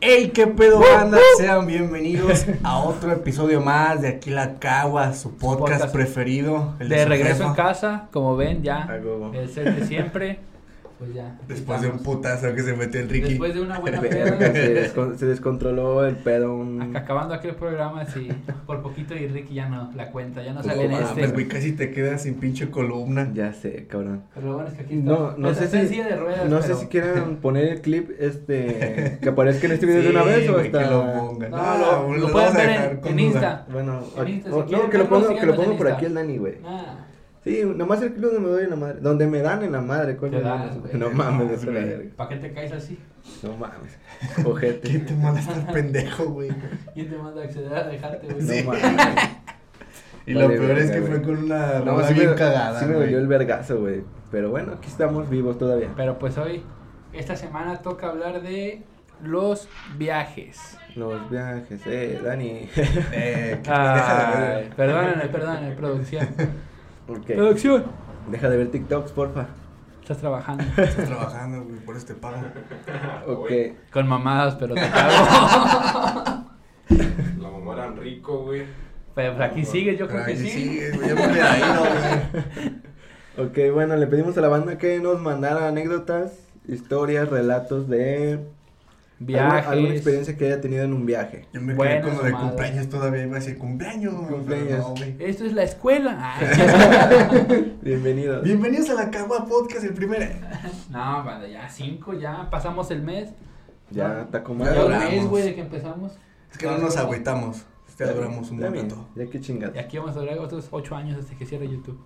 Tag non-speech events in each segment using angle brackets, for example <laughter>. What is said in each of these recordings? Hey, qué Uh, pedo, banda. Sean bienvenidos a otro episodio más de Aquí la Cagua, su podcast, podcast. preferido. el De su regreso jefa. en casa, como ven, ya. A huevo. El ser de siempre. Pues ya. Después de un estamos. putazo que se metió el Ricky. Después de una <laughs> <laughs> buena Verga, se, peda. descon- se descontroló el pedo. Un... acá Acabando aquel programa, sí. Por poquito y Ricky ya no la cuenta, ya no No sale en mames, este. güey, casi te quedas sin pinche columna. Ya sé, cabrón. Pero lo bueno es que aquí está. No, no Pues sé está en si, silla de ruedas, no sé pero- si quieran poner el clip este que aparezca en este video de una Sí, vez o güey, que hasta lo pongan. No, lo, lo pueden ver en, en Insta. bueno, En aquí- Insta, si o- quieren no que lo verlo, pongo que lo síganos pongo en por Insta. aquí el Dani, güey. Ah, Sí, nomás el clip donde me doy en la madre, donde me dan en la madre, coño. Te dan, güey. no mames, Te vete a la dan, güey. verga. ¿Para qué te caes así? No mames. <laughs> ¿Quién Ojete. te manda a <laughs> estar pendejo, güey? ¿Quién te manda a acceder a dejarte, güey? Sí. No mames. Y lo Vale, peor es verga, que güey. fue con una No, rola sí bien me, cagada. sí me güey. dolió el vergazo, güey. Pero bueno, aquí estamos vivos todavía. Pero pues hoy, esta semana toca hablar de los viajes. Los viajes, eh, Dani. <laughs> Eh, que- deja de Ay, ver. perdónenme, <laughs> perdónenme, producción. ok. Producción. Deja de ver TikToks, porfa. Estás trabajando. Estás trabajando, güey, por este pago. Ok. Con mamadas, pero te cago. La mamá era rico, güey. <laughs> pero pues, aquí sigue, yo creo que sí. güey, ya me voy a ir, no, güey. Ok, bueno, le pedimos a la banda que nos mandara anécdotas, historias, relatos de alguna- Viajes. alguna experiencia que haya tenido en <laughs> un viaje. Yo me quedé Buena como su de madre. cumpleaños todavía, iba a decir cumpleaños. pero Cumpleaños. no, güey. Esto es la escuela. Ay, Bienvenidos. Bienvenidos a la Cagua Podcast, el primer. no, banda, ya cinco, ya pasamos el mes. Ya está como Ya Ya un duramos. mes, güey, de que empezamos. Es que no nos agüitamos, te adoramos un momento. Ya que Y chingados. aquí vamos a durar otros ocho años hasta que cierre YouTube.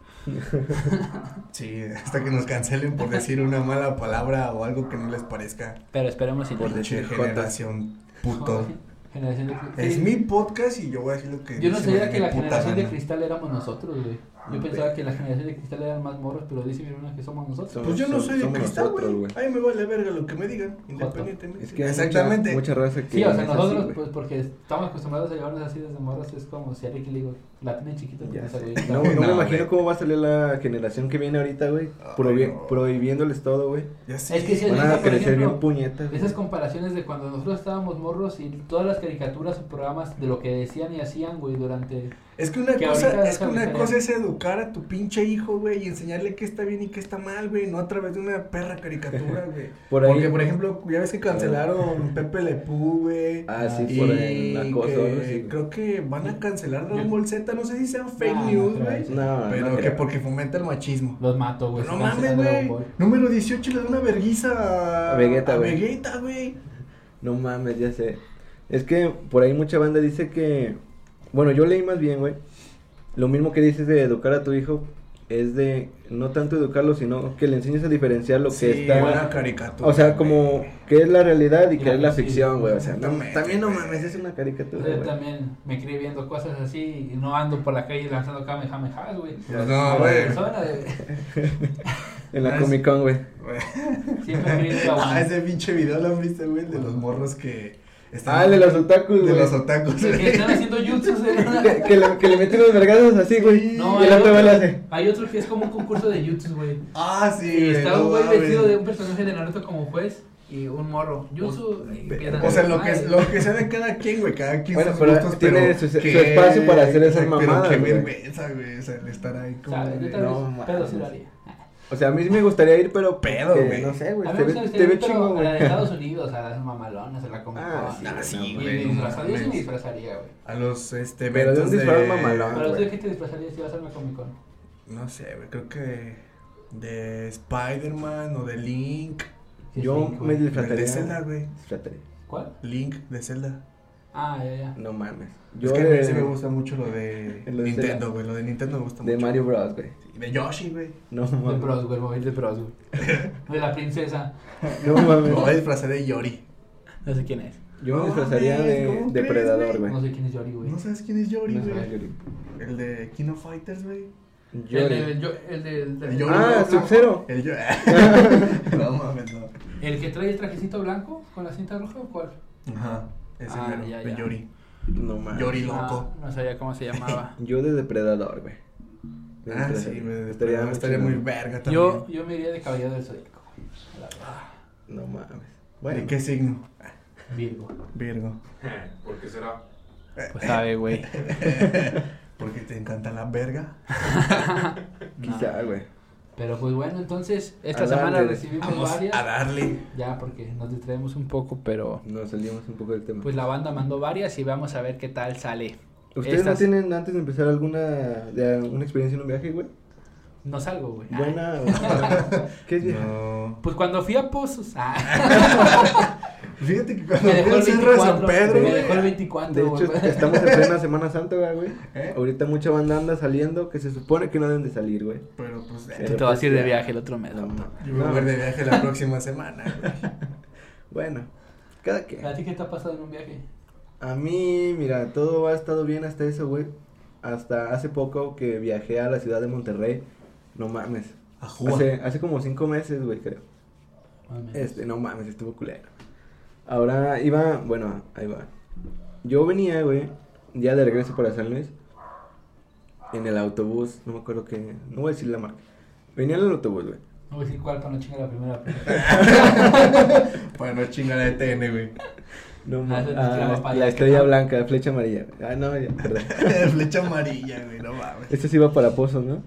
Sí, hasta que nos cancelen por decir una mala palabra o algo que no les parezca. Pero esperemos si no. Por Pinche decir jotas. generación puto. <laughs> Generación de cristal. Es mi podcast y yo voy a decir lo que Yo no se sabía me que dé la mi puta generación de gana. cristal éramos nosotros, güey. Yo Ok. pensaba que la generación de cristal eran más morros, pero dice mi hermana que somos nosotros. Somos- Pues yo no somos- soy de somos cristal, nosotros, güey. Ahí me vale verga lo que me digan, independientemente. Es que hay Exactamente. Mucha, mucha raza que. Sí, o es sea, así, nosotros, güey. pues, porque estamos acostumbrados a llevarnos así desde morros, es como si a Ricky le digo, la tiene chiquita, porque Ya esa sé. güey No, está- no, No, me güey. imagino cómo va a salir la generación que viene ahorita, güey. Ay, prohibi- no. Prohibiéndoles todo, güey. Ya sé. Es que sí, Van ahorita, a por crecer ejemplo, bien puñetas. güey. Esas comparaciones de cuando nosotros estábamos morros y todas las caricaturas o programas de lo que decían y hacían, güey, durante... Es que una Que cosa, ahorita es que saben una pelear. cosa es educar a tu pinche hijo, güey, y enseñarle qué está bien y qué está mal, güey, no a través de una perra <laughs> caricatura, güey. Por ahí- Porque, por ejemplo, ya ves que <laughs> cancelaron Pepe Le Pew, güey. Ah, y sí, por el acoso. que ¿no? Sí, güey. creo que van a <laughs> cancelar Dragon Yo- Ball Z, no sé si sean fake No, no news, creo. güey. No, pero que no creo. pues, porque fomenta el machismo. Los mato, güey. no se cancelan mames, Dragon güey. Ball. Número 18 le da una verguiza a A Vegeta, a güey. Vegeta, güey. No mames, ya sé. Es que por ahí mucha banda dice que. Bueno, yo leí más bien, güey. Lo mismo que dices de educar a tu hijo es de no tanto educarlo, sino que le enseñes a diferenciar lo Sí, que está. una caricatura. o sea, güey. como qué es la realidad y qué Ya, es la sí. ficción, güey. O sea, no- Exactamente, también no güey. mames, es una caricatura. Yo güey. también me crié viendo cosas así y no ando por la calle lanzando kamehamehas, güey. No, Como güey. persona, güey. En la Ah, Comic Con, güey. Güey. <laughs> Siempre creí que <laughs> Ah, ese pinche video lo han visto, güey, de los morros que están. Ah, el de los otakus, De güey. los otakus, Que güey. están haciendo jutsus, güey. <laughs> que, que le, que le meten los vergazos así, güey. No, y hay el otro otro, güey le hace. hay otro que es como un concurso de jutsus, güey. Ah, sí, Y está no un güey mames. vestido de un personaje de Naruto como juez y un morro. Jutsu. y empiezan a- O sea, lo que, Ay, lo que sea de cada quien, güey, cada quien Bueno, sus pero gustos, tiene pero su- su qué- espacio para hacer esas pero mamadas, Qué güey. vergüenza, güey, o sea, el estar ahí como... ¿sabes? Yo de- tal vez, No, mames. pedo sí lo haría. O sea, a mí sí me gustaría ir, pero. Pedo, que güey. No sé, A güey. mí Te me ve, gusta te ve vestirme, chingo, pero a la de güey. Estados Unidos, a las mamalonas, a la Comic Con. Ah, sí, Ah, sí, Y güey, me no disfrazaba, yo sí me mames. Ah, disfrazaría, güey. A los, este, Pero de un eventos disfraz mamalón. Pero tú güey. de qué te disfrazarías si vas a una Comic Con. No sé, güey, creo que de Spider-Man o de Link. Sí, <laughs> Yo sí, me güey. Del de Zelda, disfrazaría. güey. Disfrazaría. ¿Cuál? Link de Zelda. Ah, ya, ya. No mames. es Yo que a mí sí me de, gusta mucho lo de Lo de Zelda. Nintendo, güey. Lo de Nintendo me gusta de mucho. Mario Bros, güey. Sí, De Yoshi, güey. No De mames. Bros, güey, el móvil de Bros, güey. <laughs> De la princesa. No Me voy a mames. disfrazar de Yori. No sé quién es. Yo No me disfrazaría mames, de ¿cómo crees, güey? depredador, güey. No sé quién es Yori, güey. No sabes quién es Yori, No sé. güey. El de King of Fighters, güey. El Yori. del- yo- el del- El del- Yori. Ah, no, Sub-Zero. El <laughs> Yori. no mames, no. ¿El que trae el trajecito blanco con la cinta roja o cuál? Ajá. Ese Ah, mero, ya, el ya. Yori. No mames. Yori loco. No, no sabía cómo se <laughs> llamaba. Yo de depredador, güey. Me Ah, sí, disfrazaría. güey. Estaría, estaría muy chingón. verga también. yo, yo me iría de caballero del zodiaco. güey. A la verdad. No mames. Bueno. Bueno, ¿De qué signo? Virgo. Virgo. <laughs> ¿Por qué será? Pues sabe, güey. eh, Porque te encanta la verga. No. Quizá, güey. Pero pues bueno, entonces esta A semana darle. recibimos Vamos varias. a darle. Ya, porque nos distraemos un poco, pero Nos salimos un poco del tema. pues la banda mandó varias y vamos a ver qué tal sale. ¿Ustedes no estas- tienen antes de empezar alguna de una experiencia en un viaje, güey? No salgo, güey. Buena. <laughs> ¿Qué es viaje? No. Pues cuando fui a Pozos. <laughs> ah, <laughs> Fíjate que cuando me dejó fui el al cerro de 24. San Pedro, me güey, dejó el De 24, güey. hecho, <laughs> estamos en plena Semana Santa, güey, güey. ¿Eh? Ahorita mucha banda anda saliendo que se supone que no deben de salir, güey. Pero pues eh, Tú <laughs> te vas a ir de viaje el otro mes. No, doctor. yo voy a no. ver de viaje la próxima semana. güey. Bueno, cada que. ¿A ti qué te ha pasado en un viaje? A mí, mira, todo ha estado bien hasta eso, güey. Hasta hace poco que viajé a la ciudad de Monterrey. No mames. A jugar. Hace, hace como cinco meses, güey, creo. Mames. Este, no mames, estuvo culero. Ahora iba, bueno, ahí va. Yo venía, güey, ya de regreso para San Luis. En el autobús, no me acuerdo qué, no voy a decir la marca. Venía en el autobús, güey. No voy a decir cuál para no chingar la primera. <laughs> Para no chingar la ETN, güey. No Ah, mames. esa es la ah, papaya, la ¿qué estrella tal? blanca, flecha amarilla. Ah, no, ya, perdón. <laughs> Flecha amarilla, güey, no mames. Este sí va para Pozos, ¿no?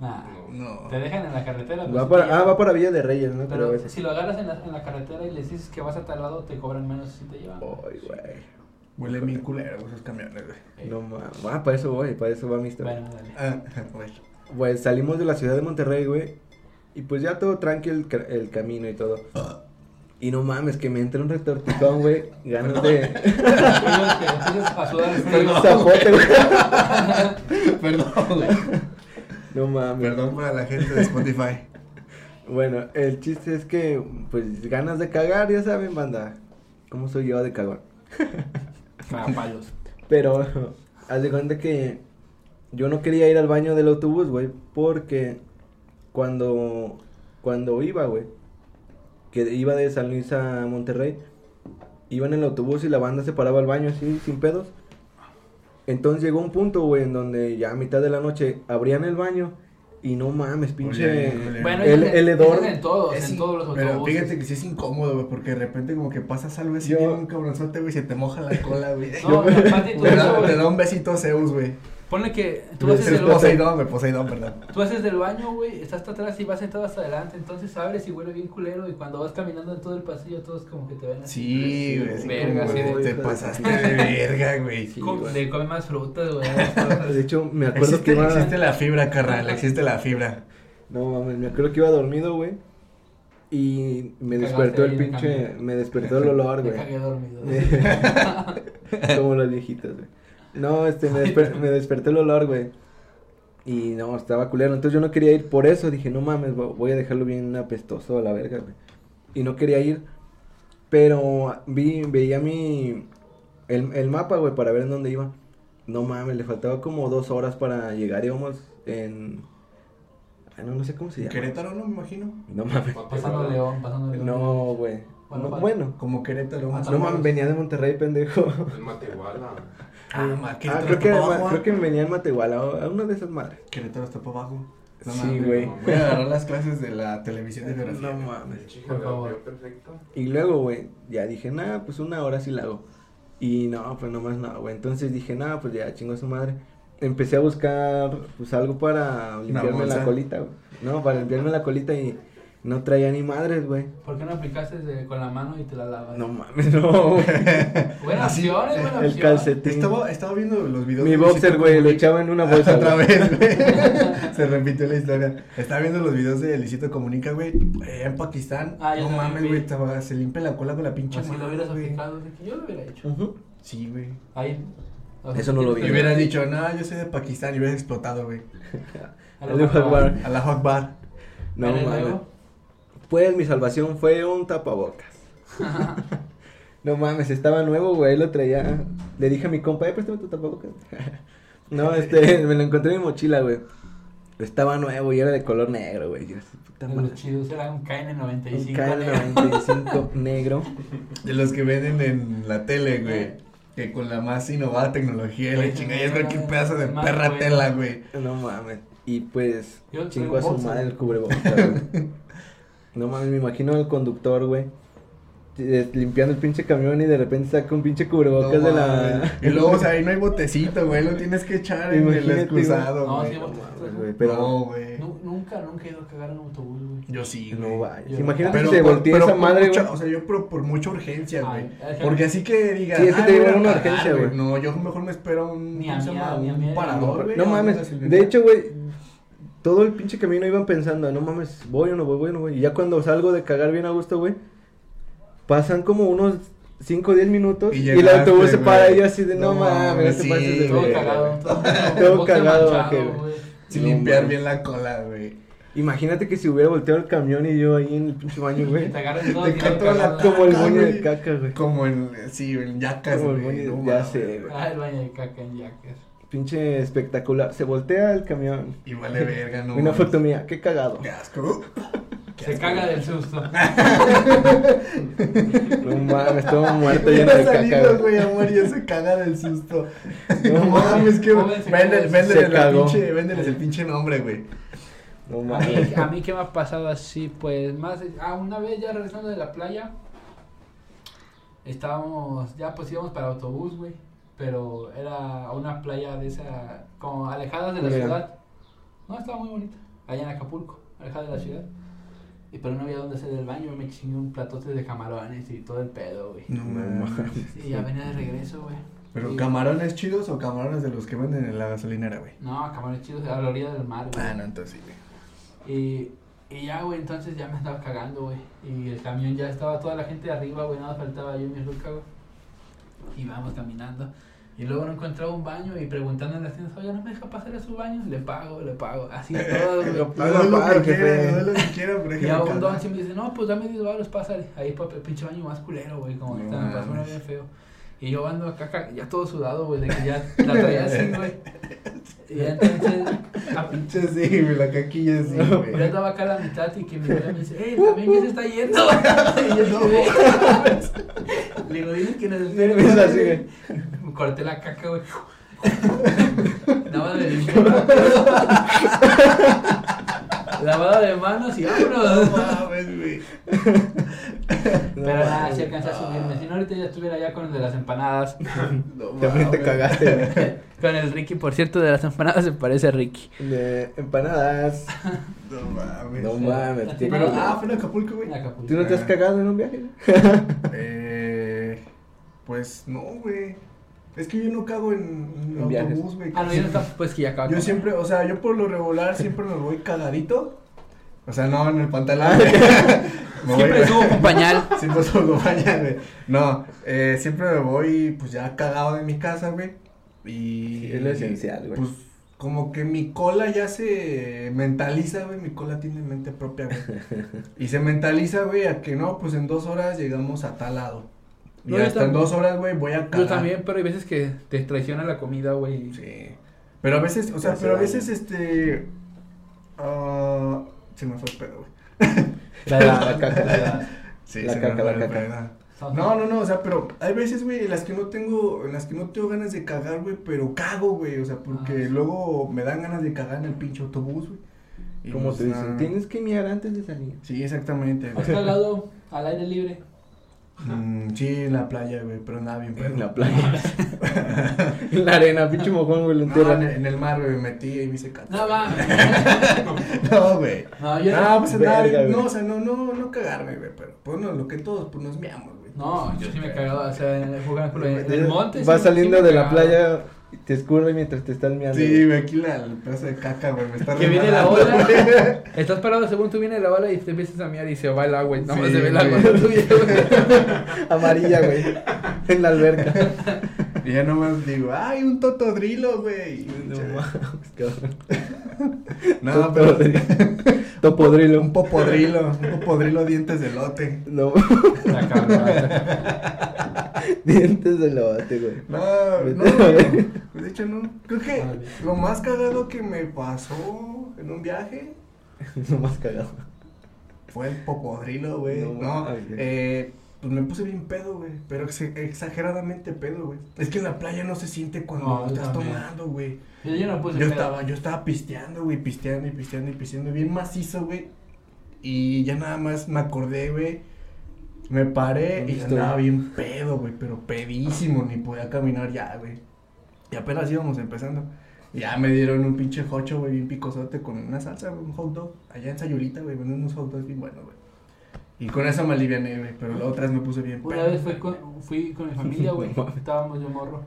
Ah, No. No. te dejan en la carretera. pues, Va sí, para, ya. ah, va para Villa de Reyes, ¿no? Pero Pero- si lo agarras en la, en la carretera y les dices que vas a tal lado, te cobran menos si te llevan. Ay, güey. Huele bien culero, güey, esos camiones, güey. Eh, No mames. Ah, para eso voy, para eso va mi historia. Bueno, dale. Ah, <laughs> güey. Pues salimos de la ciudad de Monterrey, güey. Y pues ya todo tranqui el, ca- el camino y todo. Y no mames, que me entra un retortijón, güey. Ganas de. Ellos que empiezas a sudar frío. <laughs> <laughs> zapote, güey. Perdón, güey. No mames. Perdón para la gente de <laughs> Spotify. Bueno, el chiste es que, pues, ganas de cagar, ya saben, banda. ¿Cómo soy yo de cagar? Cagapalos. Pero, <laughs> haz de cuenta que yo no quería ir al baño del autobús, güey, porque cuando, cuando iba, güey, que iba de San Luis a Monterrey, iba en el autobús y la banda se paraba al baño así, sin pedos. Entonces llegó un punto, güey, en donde ya a mitad de la noche abrían el baño y no mames, pinche... Olía bien, Bueno, el, ellos- el hedor... ellos en todos, Es en in- todos los Pero autobuses. fíjate que sí es incómodo, güey, porque de repente como que pasas algo así Yo- bien un cabronzote, güey, y se te moja la cola, güey. No, Yo- y aparte todo Te eso, da, te güey. da un besito a Zeus, güey. Ponle que tú Yo haces, sé del lo que- baño, Poseidón, güey, Poseidón, ¿verdad? tú haces del baño, güey, estás hasta atrás y vas sentado hasta adelante, entonces abres y huele bien culero y cuando vas caminando en todo el pasillo todos como que te ven así. Sí, güey. así Verga, como, sí, güey, güey, Te hijo de pasaste de verga, güey. Sí, Como- güey. de come más frutas, güey. <laughs> De hecho, me acuerdo Existe, que iba... existe la fibra, carnal, existe la fibra. No mames, me acuerdo que iba dormido, güey. Y me Cagaste despertó ahí el en el pinche. camino. Me despertó el olor, Me güey. cagué dormido. <laughs> Como los viejitos, güey. No, este, me, desper- me despertó el olor, güey. Y no, estaba culero. Entonces yo no quería ir por eso. Dije, no mames, vo- voy a dejarlo bien apestoso a la verga, güey. Y no quería ir. Pero vi, veía mi. El, el mapa, güey, para ver en dónde iba. No mames, le faltaba como dos horas para llegar. Íbamos en. Ah, no, no sé cómo se ¿En llama. Querétaro no me imagino? No mames. Pasando león, pasando león. No, güey. Bueno, No, vale. bueno. Como Querétaro. Ah, más o No menos. mames, venía de Monterrey, pendejo. <laughs> El Matehuala. Ah, ma, Ah, Querétaro creo que, está para ma- abajo. ¿eh? creo que venía en Matehuala, o- a una de esas madres. Querétaro está para abajo. No Sí, mames, güey. Voy a agarrar las clases de la televisión de geografía. No mames. Por favor. Perfecto. Y luego, güey, ya dije, nada, pues una hora sí la hago. Y no, pues nomás no, güey. Entonces dije, nada, pues ya chingo a su madre. Empecé a buscar, pues algo para limpiarme bolsa. la colita, güey. No, para limpiarme la colita y no traía ni madres, güey. ¿Por qué no aplicaste de- con la mano y te la lavas? No mames, <laughs> no, güey. Buena Así, opción, es buena eh, El opción. calcetín. Estaba, estaba viendo los videos. Mi de boxer, Luisito güey, lo Comunica. echaba en una Ah, <laughs> bolsa. Otra güey. vez, güey. Se repitió la historia. Estaba viendo los videos de Licito Comunica, güey. allá en Pakistán. Ah, yo no también mames, vi. güey. estaba- Se limpia la cola con la O pinche si lo mano, hubieras güey. aplicado, de que yo lo hubiera hecho. Ujú. Sí, güey. Ahí. O Eso no lo vi. Y <laughs> hubieras dicho, no, yo soy de Pakistán y hubieras explotado, güey. A lo Allahu mejor. Akbar. Allahu Akbar. No Pero mames. luego, Pues mi salvación fue <laughs> un tapabocas. no mames, estaba nuevo, güey, ahí lo traía. Le dije a mi compa, eh, préstame tu tapabocas. <laughs> no, <laughs> este, me lo encontré en mi mochila, güey. Estaba nuevo y era de color negro, güey. Yo así, puta de madre. Los chidos eran un Un KN95. <laughs> negro. KN95 negro. De los que venden en la tele, güey. Que con la más innovada tecnología y la chingada, es cualquier pedazo de perra tela, güey. No mames. Y pues, Yo traigo chingo a su bolsa, madre güey. <laughs> el cubrebocas, güey. No mames, me imagino al conductor, güey. eh, limpiando el pinche camión y de repente saca un pinche cubrebocas No de mames. la. Y luego, o sea, ahí no hay botecito, güey. Lo tienes que echar en el Imagínate, güey. excusado, No, güey. sí, bote- Mames, güey, pero... pero güey. Nu- Nunca, nunca he ido a cagar en autobús, güey. Yo sí, güey. no vayas. Yo- Imagínate Pero, que se por- voltea pero esa por madre, mucha- güey. O sea, yo por, por mucha urgencia, güey. Ay, ajá. Porque así que "Ah, digas. Sí, es que "Ay, te voy llevan a una cagar", urgencia, güey. No, yo mejor me espero un. Ni a ¿cómo se mí, llama? ni un a mí, ni a mí. parador, güey. No o mames. algo así. De hecho, güey, todo el pinche camino iban pensando, no mames, voy o no voy, voy o no voy. Y ya cuando salgo de cagar bien a gusto, güey, pasan como unos 5 o 10 minutos y, Y el llegaste, autobús se güey. para y yo así de, no, No mames, mames, no te sí, pases de Todo güey. verga". cagado, <laughs> todo, Todo bote cagado, manchado, ok, güey. Sin No limpiar mames. bien la cola, güey. Imagínate que si hubiera volteado el camión y yo ahí en el pinche baño, Que güey. <laughs> te agarren todo Te el cae dinero toda la cagado. Como el Caca, moño de güey. caca, güey. Como el. Sí, el yacas, Como el güey. moño- no ya mames, sé, güey. güey. Ah, el baño de caca en Jacker. Pinche espectacular. Se voltea el camión. Y vale verga, <laughs> no. Una mames. foto mía, qué <laughs> cagado. Qué asco. Se caga del susto. No mames, estaba <laughs> muerto Iba lleno de caca, saliendo, güey. güey, a morir, se caga del susto. <laughs> No No mames, que Joven, se véndele- cagó. véndele Se la cagó. pinche- véndeles el pinche nombre, güey. No A <laughs> mí, mames. a mí qué me ha pasado así, pues, más, ah, una vez ya regresando de la playa, estábamos, ya pues íbamos para autobús, güey, pero era una playa de esa, como alejada de la Mira. ciudad, no, estaba muy bonita, allá en Acapulco, alejada de la ciudad, y pero no había dónde hacer el baño, me chingué un platote de camarones y todo el <laughs> pedo, güey, No mames. y ya venía de regreso, güey. ¿Pero Y- camarones chidos o camarones de los que venden en la gasolinera, güey? No, camarones chidos, a la orilla del mar, güey. Ah, no, entonces sí, güey. Y, y ya, güey, entonces ya me andaba cagando, güey. Y el camión ya estaba toda la gente arriba, güey, nada faltaba yo y mi ruca, güey. Y vamos caminando. Y luego no encontraba un baño y preguntando en las tiendas, oye, ¿no me deja pasar a su baño? Le pago, le pago. Así <laughs> todo, güey. No, no, Haz lo paro, que jefe. quiera, haz lo que quiera, pero Y a un don déjame sí me dice, no, pues dame 10 baros, pásale. Ahí para el pinche baño más culero, güey, como No está, me pasó una mames. bien feo. Y yo ando acá, ca- ya todo sudado, güey, de que ya la traía así, güey. Y ya entonces, <laughs> a- Pinche sí, güey, la caquilla sí, yo <laughs> güey. andaba acá a la mitad y que mi abuela me dice, ¡eh, también que se está yendo! Y yo no, güey. <laughs> Le digo, dile que nos Nerviosa, espere. así, güey". Me corté la caca, güey. Lavado de manos. <laughs> Lavado de manos y vámonos. No mames, güey. Pero nada, si alcancé a subirme. Si no, ahorita ya estuviera ya con el de las empanadas. <laughs> No También te mames. cagaste, güey. Con el Ricky, por cierto, de las empanadas se parece a Ricky. De empanadas. No mames. No mames, Así qué Pero, no. ah, fue en Acapulco, güey. En Acapulco. ¿Tú no te has cagado en un viaje? Eh, pues no, güey. Es que yo no cago en, En viajes. autobús, güey. Ah, no, yo no estaba, pues que ya acabo. Yo siempre, o sea, yo por lo regular siempre me voy cagadito. O sea, no en el <laughs> pantalón. Me voy- Siempre subo con pañal. Siempre <laughs> solo baña, güey. No, eh, siempre me voy, pues ya cagado de mi casa, güey. Y. Sí, es lo esencial, güey. Pues como que mi cola ya se mentaliza, güey. Mi cola tiene mente propia, güey. <laughs> y se mentaliza, güey, a que no, pues en dos horas llegamos a tal lado. Y No, yo hasta en tam- dos horas, güey, voy a cagar. Yo también, pero hay veces que te traiciona la comida, güey. Sí. Pero a veces, o sea, Hace pero a daño. veces este. ah, se me fue el pedo, güey. La, Ah, la <laughs> caca. Sí, La se caca, me la fue el caca. pedo. <laughs> No, no, no, o sea, pero hay veces, güey, en las que no tengo, en las que no tengo ganas de cagar, güey, pero cago, güey, o sea, porque Ah, sí. luego me dan ganas de cagar en el pinche autobús, güey. Y Como pues, te dicen, nah. tienes que miar antes de salir. Sí, exactamente, güey. Está al lado, al aire libre. Mm, sí, en la playa, güey, pero nada bien, pero. En <laughs> la playa. en la arena, pinche mojón, güey, lo entierran. en, el- en el mar, güey, me metí y me hice caca. No, va. <laughs> No, güey. <laughs> No, yo No, no. pues nada, Verga, bien, güey. no, o sea, no, no, no cagarme, güey, pero pues no, lo que todos, pues nos miamos, güey. No, yo sí me he cagado, o sea, en el, jugando con- en el monte. Vas sí, saliendo sí me he de la cagado. playa, y te escurre mientras te estás miando. Sí, güey. güey, aquí la, el pedazo de caca, güey, me está Que viene <laughs> la regalando, ola. güey. Estás parado según tú viene la ola y te empiezas a mirar y se va el agua. y Nada más Sí, se ve el agua güey. tuya, <laughs> güey. Amarilla, <laughs> güey. En la alberca. Y ya nomás digo, ay, un totodrilo, güey. No Che, mames, cabrón. No, pero Topodrilo. Topodrilo. un popodrilo, un popodrilo dientes de lote. No, <laughs> Está cabrón, está- dientes de lote, güey. No, no, no, de hecho no. Creo que Ah, lo más cagado que me pasó en un viaje <laughs> No más cagado. fue el popodrilo, güey. No, No, ok. eh, pues me puse bien pedo, güey, pero ex- exageradamente pedo, güey. Es que en la playa no se siente cuando Ah, No, yo estás también. tomando, güey. Yo, yo no yo puse Pues, pedo. estaba, yo estaba pisteando, güey, pisteando y pisteando y pisteando, bien macizo, güey. Y ya nada más me acordé, güey, Me paré ¿Dónde y estoy? andaba bien pedo, güey, pero pedísimo, ni podía caminar ya, güey. Y apenas íbamos empezando. Y Ya me dieron un pinche jocho, güey, bien picosote con una salsa, güey, un hot dog. Allá en Sayulita, güey, venden unos hot dogs bien buenos, güey. Y con eso me aliviané, güey, pero la otra vez me puse bien Una pedo, vez fui güey. con, fui con mi familia, güey. <laughs> No mames. Estábamos yo morro.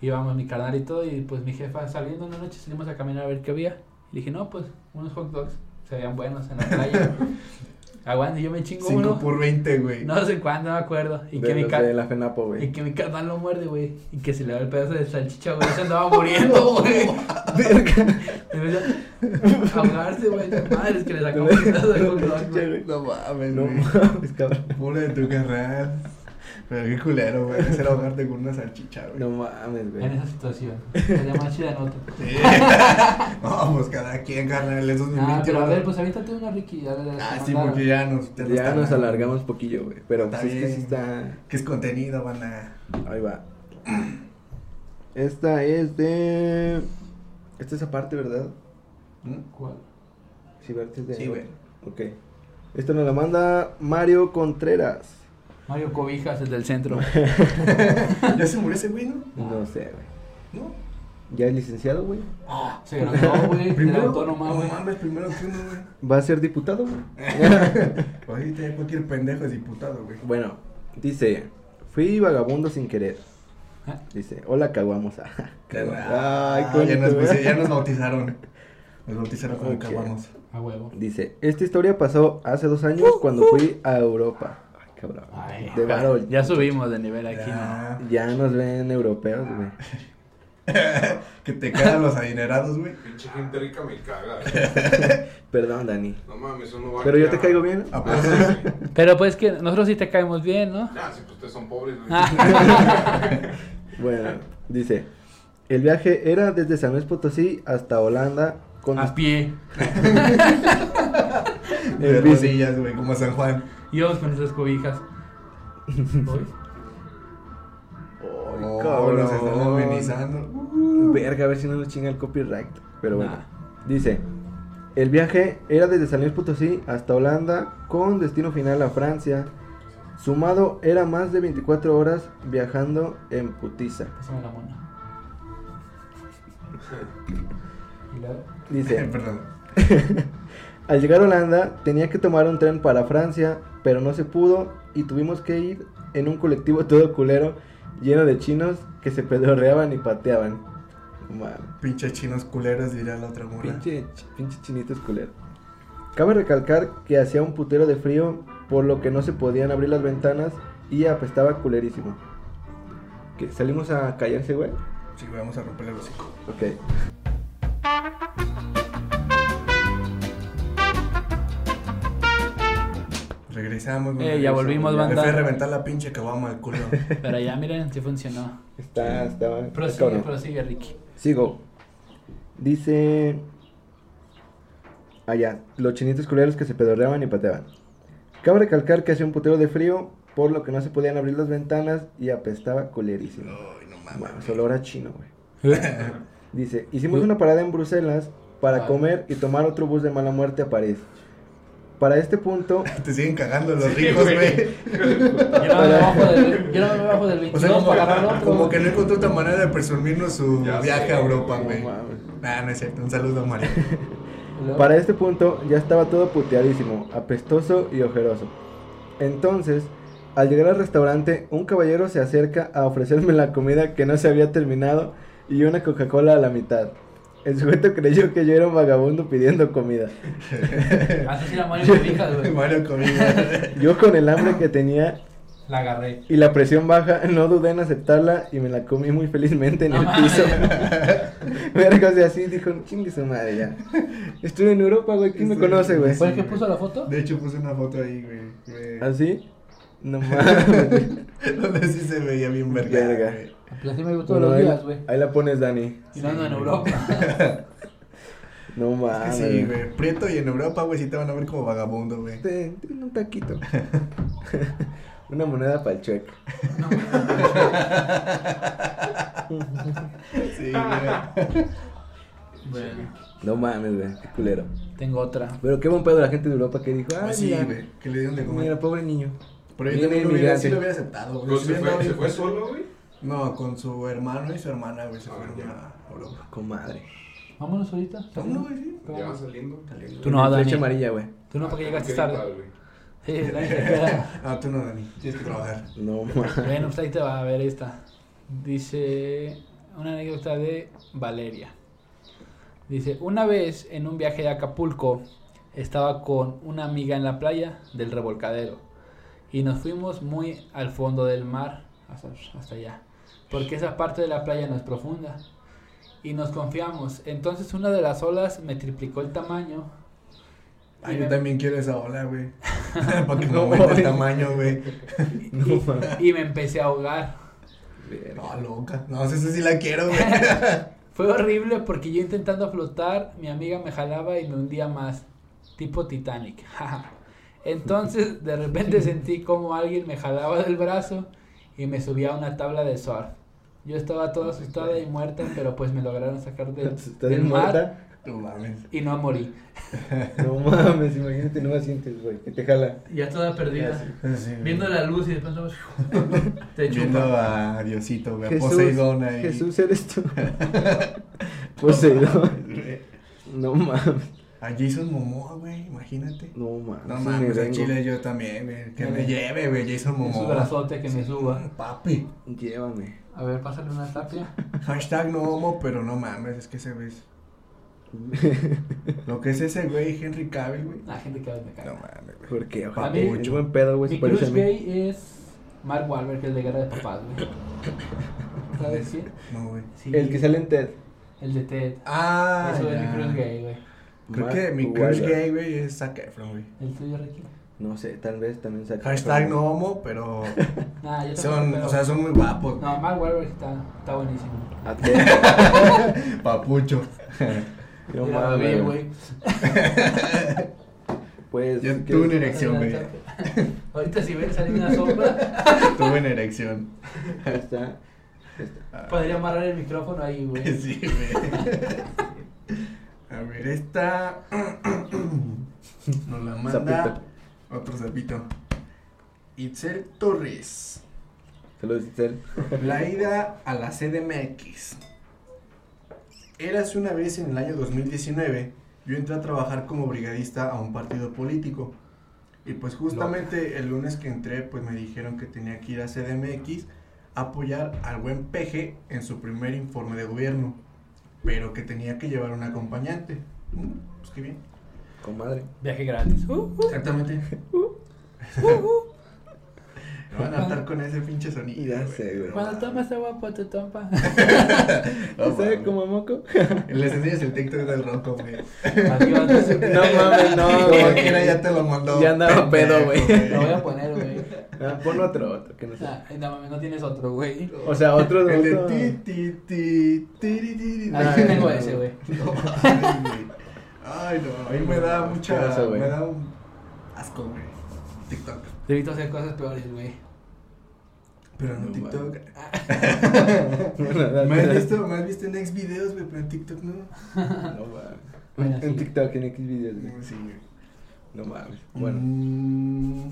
Íbamos mi carnal y todo. Y pues mi jefa saliendo una noche salimos a caminar a ver qué había. Y dije, no, pues unos hot dogs. Se veían buenos en la <laughs> playa. Aguante, yo me chingo 5 uno. por 20, güey. No sé cuándo, no me acuerdo. Y que, de, mi los ca- de la FENAPO, güey. y que mi carnal lo muerde, güey. Y que se le da el pedazo de salchicha, güey. Se <laughs> andaba muriendo, <laughs> güey. Debería ahogarse, güey. Madre, es que le sacó un pedazo de hot <laughs> dog, güey. <laughs> No mames, No güey. mames, cabrón. Pobre de tu carnal. Pero qué culero, güey. Hacer ahogarte con una salchicha, güey. No mames, güey. En esa situación. Sería más chida nota. Sí. <laughs> no, pues cada quien, carnal. Eso es mi Ah, pero a güey. ver, pues avítate una Ricky. Ya la- Ah, la sí, mandaron. porque ya nos, ya nos Ya nos tardaron. alargamos poquillo, güey. Pero Está sí es que sí bien. está. Que es contenido, van a. Ahí va. Esta es de. Esta es aparte, ¿verdad? ¿Cuál? Sí, ¿verdad? Es de- ¿Mm? Sí, güey. Ok. Esta nos la manda Mario Contreras. Mario Cobijas, el <laughs> del centro. Ya se murió ese güey, ¿no? No sé, güey. ¿No? ¿Ya es licenciado, güey? Ah, Se graduó, güey, de la Primero. Ah, autónoma, No güey. mames, primero que uno, güey. ¿Va a ser diputado, güey? Ahorita ya cualquier pendejo es diputado, güey. Bueno, dice, fui vagabundo sin querer. ¿Ah? Dice, hola, caguamos. <laughs> Ay, Ah, qué ya, bonito, nos, ¿verdad? ya nos bautizaron. Nos bautizaron como Ok. caguamos. A huevo. Dice, esta historia pasó hace dos años cuando fui a Europa. Ay, cabrón. Ay, de varón. Ya subimos de nivel aquí, ¿no? Ya. Ya nos ven europeos, güey. <laughs> Que te cagan los adinerados, güey. Pinche gente rica me caga. güey. Perdón, Dani. No mames, eso no va Pero yo te caigo bien. Ah, Ah, sí, güey. Pero pues que nosotros sí te caemos bien, ¿no? Nah, si pues ustedes son pobres, güey. <laughs> Bueno, dice, el viaje era desde San Luis Potosí hasta Holanda con A pie. De bici. rodillas, güey, como San Juan. Íbamos con nuestras cobijas. Uy. Ay, Oh, cabrón. nos están amenizando. Verga, a ver si no nos chinga el copyright. Pero bueno. Nah. Dice, el viaje era desde San Luis Potosí hasta Holanda con destino final a Francia. Sumado era más de 24 horas viajando en putiza. Pásame la mona. Y luego. Dice, <laughs> <laughs> Perdón. al llegar a Holanda tenía que tomar un tren para Francia, pero no se pudo y tuvimos que ir en un colectivo todo culero lleno de chinos que se pedorreaban y pateaban. No mames. Pinche chinos culeros, diría la otra mula. Pinche, ch- pinche chinito es culero. Cabe recalcar que hacía un putero de frío, por lo que no se podían abrir las ventanas y apestaba culerísimo. ¿Qué? ¿Salimos a callarse, güey? Sí, güey, vamos a romper el hocico. Ok. Regresamos, güey. Eh, ya volvimos, Me fui a banda. reventar la pinche caguama al culo. Pero ya miren, sí funcionó. Está, está. está Prosigue, cabrón. <laughs> prosigue, Ricky. Sigo. Dice. Allá, los chinitos culeros que se pedorreaban y pateaban. Cabe recalcar que hacía un putero de frío, por lo que no se podían abrir las ventanas y apestaba culerísimo. Ay, no Bueno, mames. solo era chino, güey. Pero Dice, hicimos una parada en Bruselas para Ah. comer y tomar otro bus de mala muerte a París. Para este <laughs> punto, Te siguen cagando los ricos, güey. Yo no me bajo del, yo no me bajo del O sea, 22 como, para agarrar otro. como que no encontró otra manera de presumirnos su Ya viaje sé, a Europa, no güey. No Oh, mames. Nah, no es cierto. Un saludo, Mario. <laughs> Luego, para este punto ya estaba todo puteadísimo, apestoso y ojeroso. Entonces, al llegar al restaurante, un caballero se acerca a ofrecerme la comida que no se había terminado y una Coca-Cola a la mitad. El sujeto <laughs> creyó que yo era un vagabundo pidiendo comida. Así <laughs> se llama Mario Cobijas, güey. Mario comida. <laughs> Yo con el hambre que tenía La agarré. y la presión baja, no dudé en aceptarla y me la comí muy felizmente en No el mames. piso. <laughs> Verga, o sea, así dijo, chingue su madre ya. Estuve en Europa, güey, ¿quién me Estuve en conoce, güey? ¿Fue el que puso la foto? De hecho, puse una foto ahí, güey. güey. ¿Así? No mames. <laughs> <laughs> Donde sí se veía bien verga. Verga. güey. Pues así me veo todos Bueno, los ahí, días, la, güey. ahí la pones, Dani. Y no ando en Sí, güey. Europa. <laughs> No Es que mames. sí, güey. Prieto y en Europa, güey, sí te van a ver como vagabundo, güey. Ten, ten Este, un taquito. <laughs> Una moneda para el chueco. Sí, güey. Bueno, No mames, güey, qué culero. tengo otra. Pero qué buen pedo la gente de Europa que dijo, ah, Pues sí, mira, güey. Que le dieron de comer. mira, pobre niño. Pero yo Bien también lo hubiera, inmigrante. sí lo hubiera aceptado, güey. Pero Sí se hubiera fue, andado se bien fue puesto. solo, güey. No, con su hermano y su hermana, güey, se Ah, fueron ya. a Europa. Comadre. Vámonos ahorita. Ah, No, güey, sí. Ya va saliendo. Tú no, Flecha Dani. amarilla, güey. Tú no, porque Ah, llegaste qué tarde. tal, güey. <laughs> Sí, nadie se queda. No, Ah, tú no, Dani. Tienes que trabajar. <laughs> No, ma. Bueno, pues ahí te va a ver esta. Dice una anécdota de Valeria. Dice, una vez en un viaje de Acapulco estaba con una amiga en la playa del revolcadero y nos fuimos muy al fondo del mar, hasta, hasta allá, porque esa parte de la playa no es profunda y nos confiamos. Entonces una de las olas me triplicó el tamaño. y Ay, me- Ah, yo también quiero esa ola, güey. <laughs> Para que me No, aumente güey. el tamaño, güey. No, ma. y me empecé a ahogar. Verga. No, loca. No, esa sí la quiero, <laughs> güey. Fue horrible porque yo intentando flotar, mi amiga me jalaba y me hundía más, tipo Titanic. <laughs> Entonces, de repente sentí como alguien me jalaba del brazo y me subía a una tabla de surf. Yo estaba toda asustada y muerta, pero pues me lograron sacar de- <laughs> ¿Estás del mar muerta? No mames. y no morí. No mames, imagínate, no la sientes, güey. Que te jala. Ya toda perdida, Sí, güey. la luz y después <laughs> te Viendo a Diosito, güey. A Poseidón ahí. Jesús <laughs> eres tú. Poseidón. Güey. No mames. A Jason Momoa, güey. Imagínate. No mames. No me mames, a vengo. Chile yo también, güey. Que Ya me ves. lleve, güey, Jason En su Momoa. brazote que me suba. Papi. <laughs> Llévame. A ver, pásale una tapia. Hashtag no homo, pero no mames, es que ese güey. es- Lo que es ese güey, Henry Cavill, güey. La gente que a veces me cae. No mames, güey. ¿Por qué, A güey? mí- Es buen pedo, güey. pues, se Mi parece a crush mí. gay es Mark Wahlberg, que es de Guerra de Papás, güey. ¿Sabes quién? No, güey. Sí, El que sale en Ted. El de Ted. Ah, Eso es mi ya. crush gay, güey. Creo Mark que mi crush Wahlberg. gay, güey, es Zac Efron, güey. El tuyo, Ricky. No sé, tal vez también saca. Hashtag no homo, <laughs> pero Nah, yo son, tampoco, o sea, pero- son muy guapos. No, Mark Wahlberg está, está buenísimo. <laughs> A Ted. Papucho. No Mira, ve, mames. güey. Pues. Yo si tuve quieres- una erección, güey. <laughs> Ahorita si ven salir una sombra, Tuve una erección. <laughs> Ahí está. podría amarrar el micrófono ahí, güey. <laughs> Sí, güey. A ver, esta. <clears throat> Nos la manda Zapito. otro sapito. Itzel Torres. Saludos, Itzel. La ida a la CDMX. Eras una vez en el año 2019, yo entré a trabajar como brigadista a un partido político. Y pues justamente el lunes que entré, pues me dijeron que tenía que ir a CDMX a apoyar al buen peje en su primer informe de gobierno, pero que tenía que llevar un acompañante. Mm, Pues qué bien. Comadre. Viaje gratis. Uh, uh, Exactamente. uh, uh. Me van a estar con ese pinche sonido. Ya güey. sé, güey. Cuando tomas agua, por tu <laughs> tompa. No ¿Sabe mames. <laughs> como moco? Les enseñas el TikTok del Rocco, güey. Adiós. No mames, no, Como güey. quiera ya te lo mandó. Ya andaba pedo, güey. Lo voy a poner, güey. Ah, pon otro, otro, que no sé. Ah, No, mames, no tienes otro, güey. O sea, otro El de de otro. <laughs> ti, ti, ti, tiri, tiri, tiri. Ahí sí Ay, tengo no. ese, güey. No, ay, güey. Ay, no, a mí me da mucha. Asqueroso, güey. me da un asco, güey. TikTok. Debito hacer cosas peores, güey. Pero no, No, TikTok. <laughs> <laughs> Bueno, date, Me has date. visto, me has visto en X videos, güey, pero en TikTok no. No mames. Bueno, sí. En TikTok, en X videos, Sí, güey. No mames. Bueno. Mm,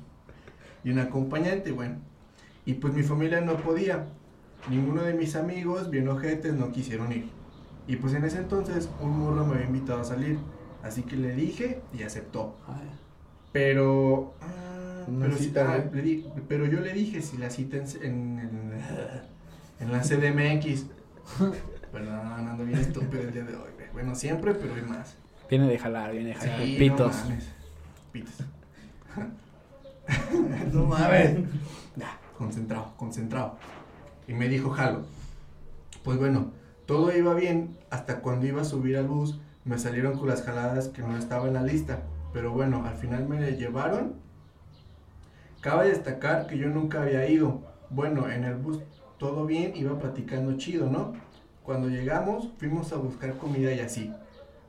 <laughs> y un acompañante, bueno. Y pues mi familia no podía. Ninguno de mis amigos, bien ojetes, no quisieron ir. Y pues en ese entonces un morro me había invitado a salir. Así que le dije y aceptó. Ay, Pero. ah, Una pero, sí- cita, ah, ¿no? le di- pero yo le dije si la cita en, en, en- en la CDMX. Perdón, ando bien estúpido el día de hoy. güey. Bueno, siempre, pero hoy más. Viene de jalar, viene de jalar. Sí, no Pitos. mames. <laughs> Pitos. no mames. Ya, concentrado, concentrado. Y me dijo, jalo. Pues bueno, todo iba bien hasta cuando iba a subir al bus, me salieron con las jaladas que no estaba en la lista. Pero bueno, al final me llevaron. Cabe destacar que yo nunca había ido. Bueno, en el bus todo bien, iba platicando chido, ¿no? Cuando llegamos, fuimos a buscar comida y así.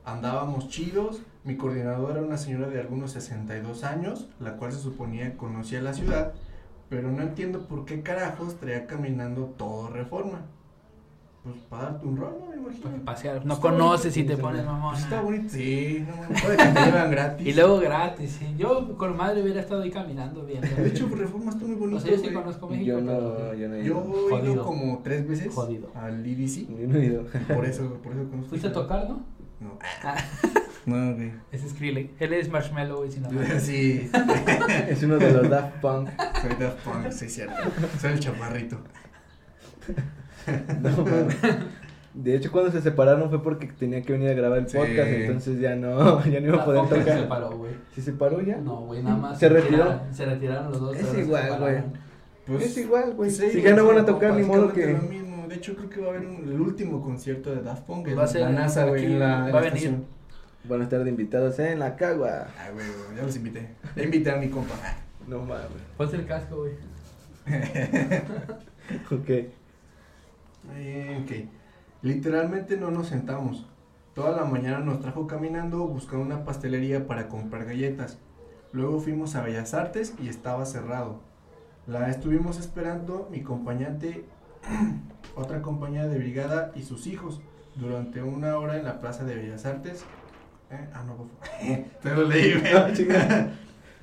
Andábamos chidos, mi coordinadora era una señora de algunos 62 años, la cual se suponía que conocía la ciudad, pero no entiendo por qué carajos traía caminando todo reforma. pues para darte un rol, ¿no? Me imagino. Para pasear. No Está conoces bonito, y te sí, pones mamón. Pues está bonito. Sí, no mames. Puede que te llevan gratis. Y luego gratis. sí. Yo con madre hubiera estado ahí caminando bien. De hecho, Reforma está muy bonito. O sea, yo sí güey. conozco México, Yo no, pero. yo no he Yo ido. he ido Jodido. como tres veces Jodido. al IDC. Yo no he ido. <laughs> Por eso, por eso conozco. ¿Fuiste a tocar, no? No. Ah, <laughs> No, güey. ese es Skrillex. Él es Marshmallow, güey, si no. Sí, Es uno de los Daft Punk. soy Daft Punk, sí, cierto. Soy el chaparrito. No, mames. de hecho, cuando se separaron fue porque tenía que venir a grabar el Sí. podcast, entonces ya no, <laughs> ya no iba a poder Tampoco se tocar. separó, güey. ¿Sí se paró ya? No, güey, nada más. ¿Se retiró? retiraron- Se retiraron los dos. Es pero se igual, separaron. güey. Pues, es igual, güey. sí, si ya no van a sí, pues tocar, ni modo básicamente que. Lo mismo. De hecho, creo que va a haber un- el último concierto de Daft Punk en Va a ser la NASA, güey, aquí, en la, va en la a venir. estación. Van a estar de invitados en la cagua. Ah, güey, güey, ya los invité. Ya invité a mi compa. No mames. <laughs> Ponte el casco, güey. Ok. Eh, ok. Literalmente no nos sentamos. Toda la mañana nos trajo caminando buscando una pastelería para comprar galletas. Luego fuimos a Bellas Artes y estaba cerrado. La estuvimos esperando mi acompañante, <clears throat> otra compañía de brigada y sus hijos durante una hora en la Plaza de Bellas Artes. Eh, Ah, no, por favor. <laughs> Te lo leí, güey. Ah, <laughs> chinga.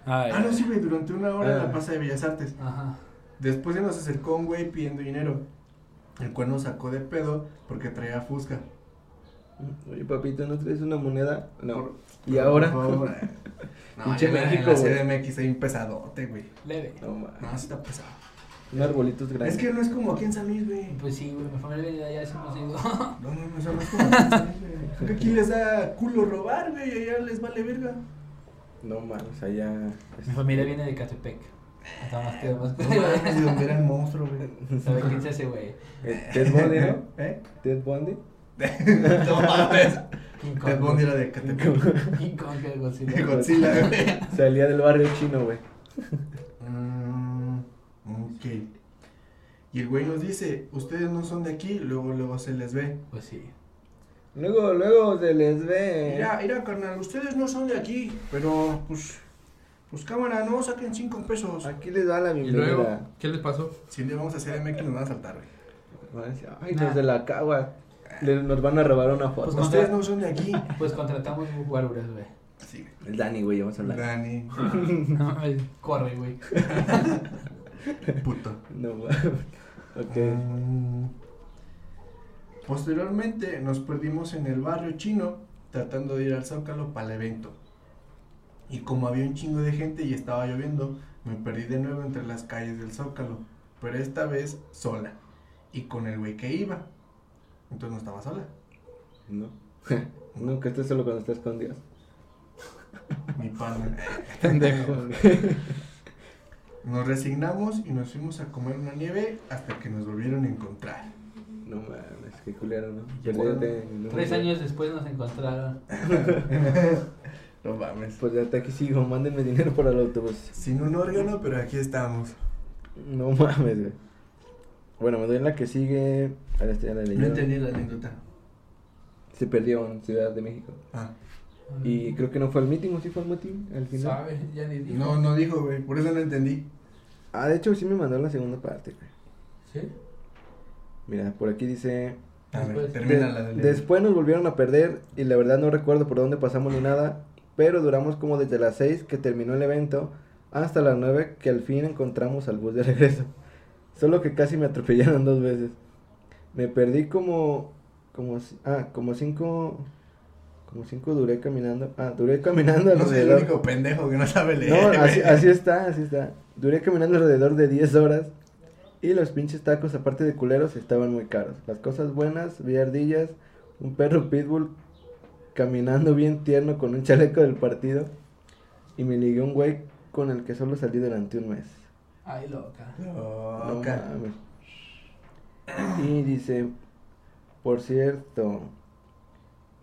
Ah, no, sí, güey, durante una hora en Ah. la Plaza de Bellas Artes. Ajá. Después se nos acercó un güey pidiendo dinero, el cual nos sacó de pedo porque traía fusca. Oye, papito, ¿no traes una moneda? No. Por- ¿Y ahora? Por favor. No, Pinche yo en la- México, En la CDMX hay un pesadote, güey. Leve. <laughs> No mames. No, sí está pesado. Unos arbolitos grandes. Es que no es como aquí en San Luis, güey. Pues sí, güey, mi familia de allá se hemos ido. No, no, no, o sea, no es como aquí en San Luis, güey. <laughs> Creo que aquí les da culo robar, güey, y allá les vale verga. No mames, allá. <laughs> Mi familia viene de Catepec. Hasta más que más. No mames, de donde era el monstruo, güey. ¿Sabe quién es ese, güey? Eh, Ted <laughs> Bundy, ¿no? <laughs> ¿Eh? Ted Bundy. No <laughs> mames. King Ted Kong. Bundy era de <laughs> Catepec. King Kong, que De Godzilla. Godzilla, güey. Salía del barrio chino, güey. Mm, ok. Y el güey nos dice, ustedes no son de aquí, luego luego se les ve. Pues sí. Luego, luego se les ve. Mira, mira, carnal, ustedes no son de aquí, pero pues, pues cámara, no saquen cinco pesos. Aquí les da la Y bienvenida. luego, ¿qué les pasó? Si un día vamos a hacer MX nos van a saltar, güey. Van a decir, Ay, los de la cagua. le- nos van a robar una foto. Pues no. Ustedes no son de aquí. Pues contratamos guaruras, güey. Así, güey. El Dani, güey, vamos a hablar. Dani, No <laughs> mames, Corre, güey. puto. No, güey. <laughs> Ah. ok. Mm. Posteriormente nos perdimos en el barrio chino tratando de ir al Zócalo para el evento. Y como había un chingo de gente y estaba lloviendo, me perdí de nuevo entre las calles del Zócalo, pero esta vez sola y con el güey que iba. Entonces no estaba sola. No. <laughs> Nunca estés solo cuando estás con Dios. Mi pana. <laughs> Pendejo. Nos resignamos y nos fuimos a comer una nieve hasta que nos volvieron a encontrar. No mames, qué culero, ¿no? Ya Pues ya fueron te- no, Tres güey. años después nos encontraron. No mames. Pues hasta aquí sigo, mándenme dinero para el autobús. Sin un órgano, pero aquí estamos. No mames, güey. Bueno, me doy la que sigue. Ahora esta ya la leí. No entendí la anécdota. Se perdió en Ciudad de México. Ah. Y creo que no fue al meeting, ¿o sí fue al meeting? Al final. ¿Sabes? Ya ni dijo. No, no dijo, güey, por eso no entendí. Ah, de hecho sí me mandó la segunda parte, güey. ¿Sí? Mira, por aquí dice... A ver, Después- termina "De- la de Después nos volvieron a perder y la verdad no recuerdo por dónde pasamos ni nada, pero duramos como desde las 6 que terminó el evento hasta las 9 que al fin encontramos al bus de regreso. <laughs> Solo que casi me atropellaron dos veces. Me perdí como... como... c- ah, como 5... como 5 duré caminando. Ah, duré <laughs> caminando No soy el alrededor. único pendejo que no sabe No, <laughs> leer. así, güey. así está, así está. Duré caminando alrededor de 10 horas y los pinches tacos, aparte de culeros, estaban muy caros. Las cosas buenas, vi ardillas, un perro pitbull caminando bien tierno con un chaleco del partido y me ligué un güey con el que solo salí durante un mes. Ay, loca. No Loca. mames. Y dice, por cierto,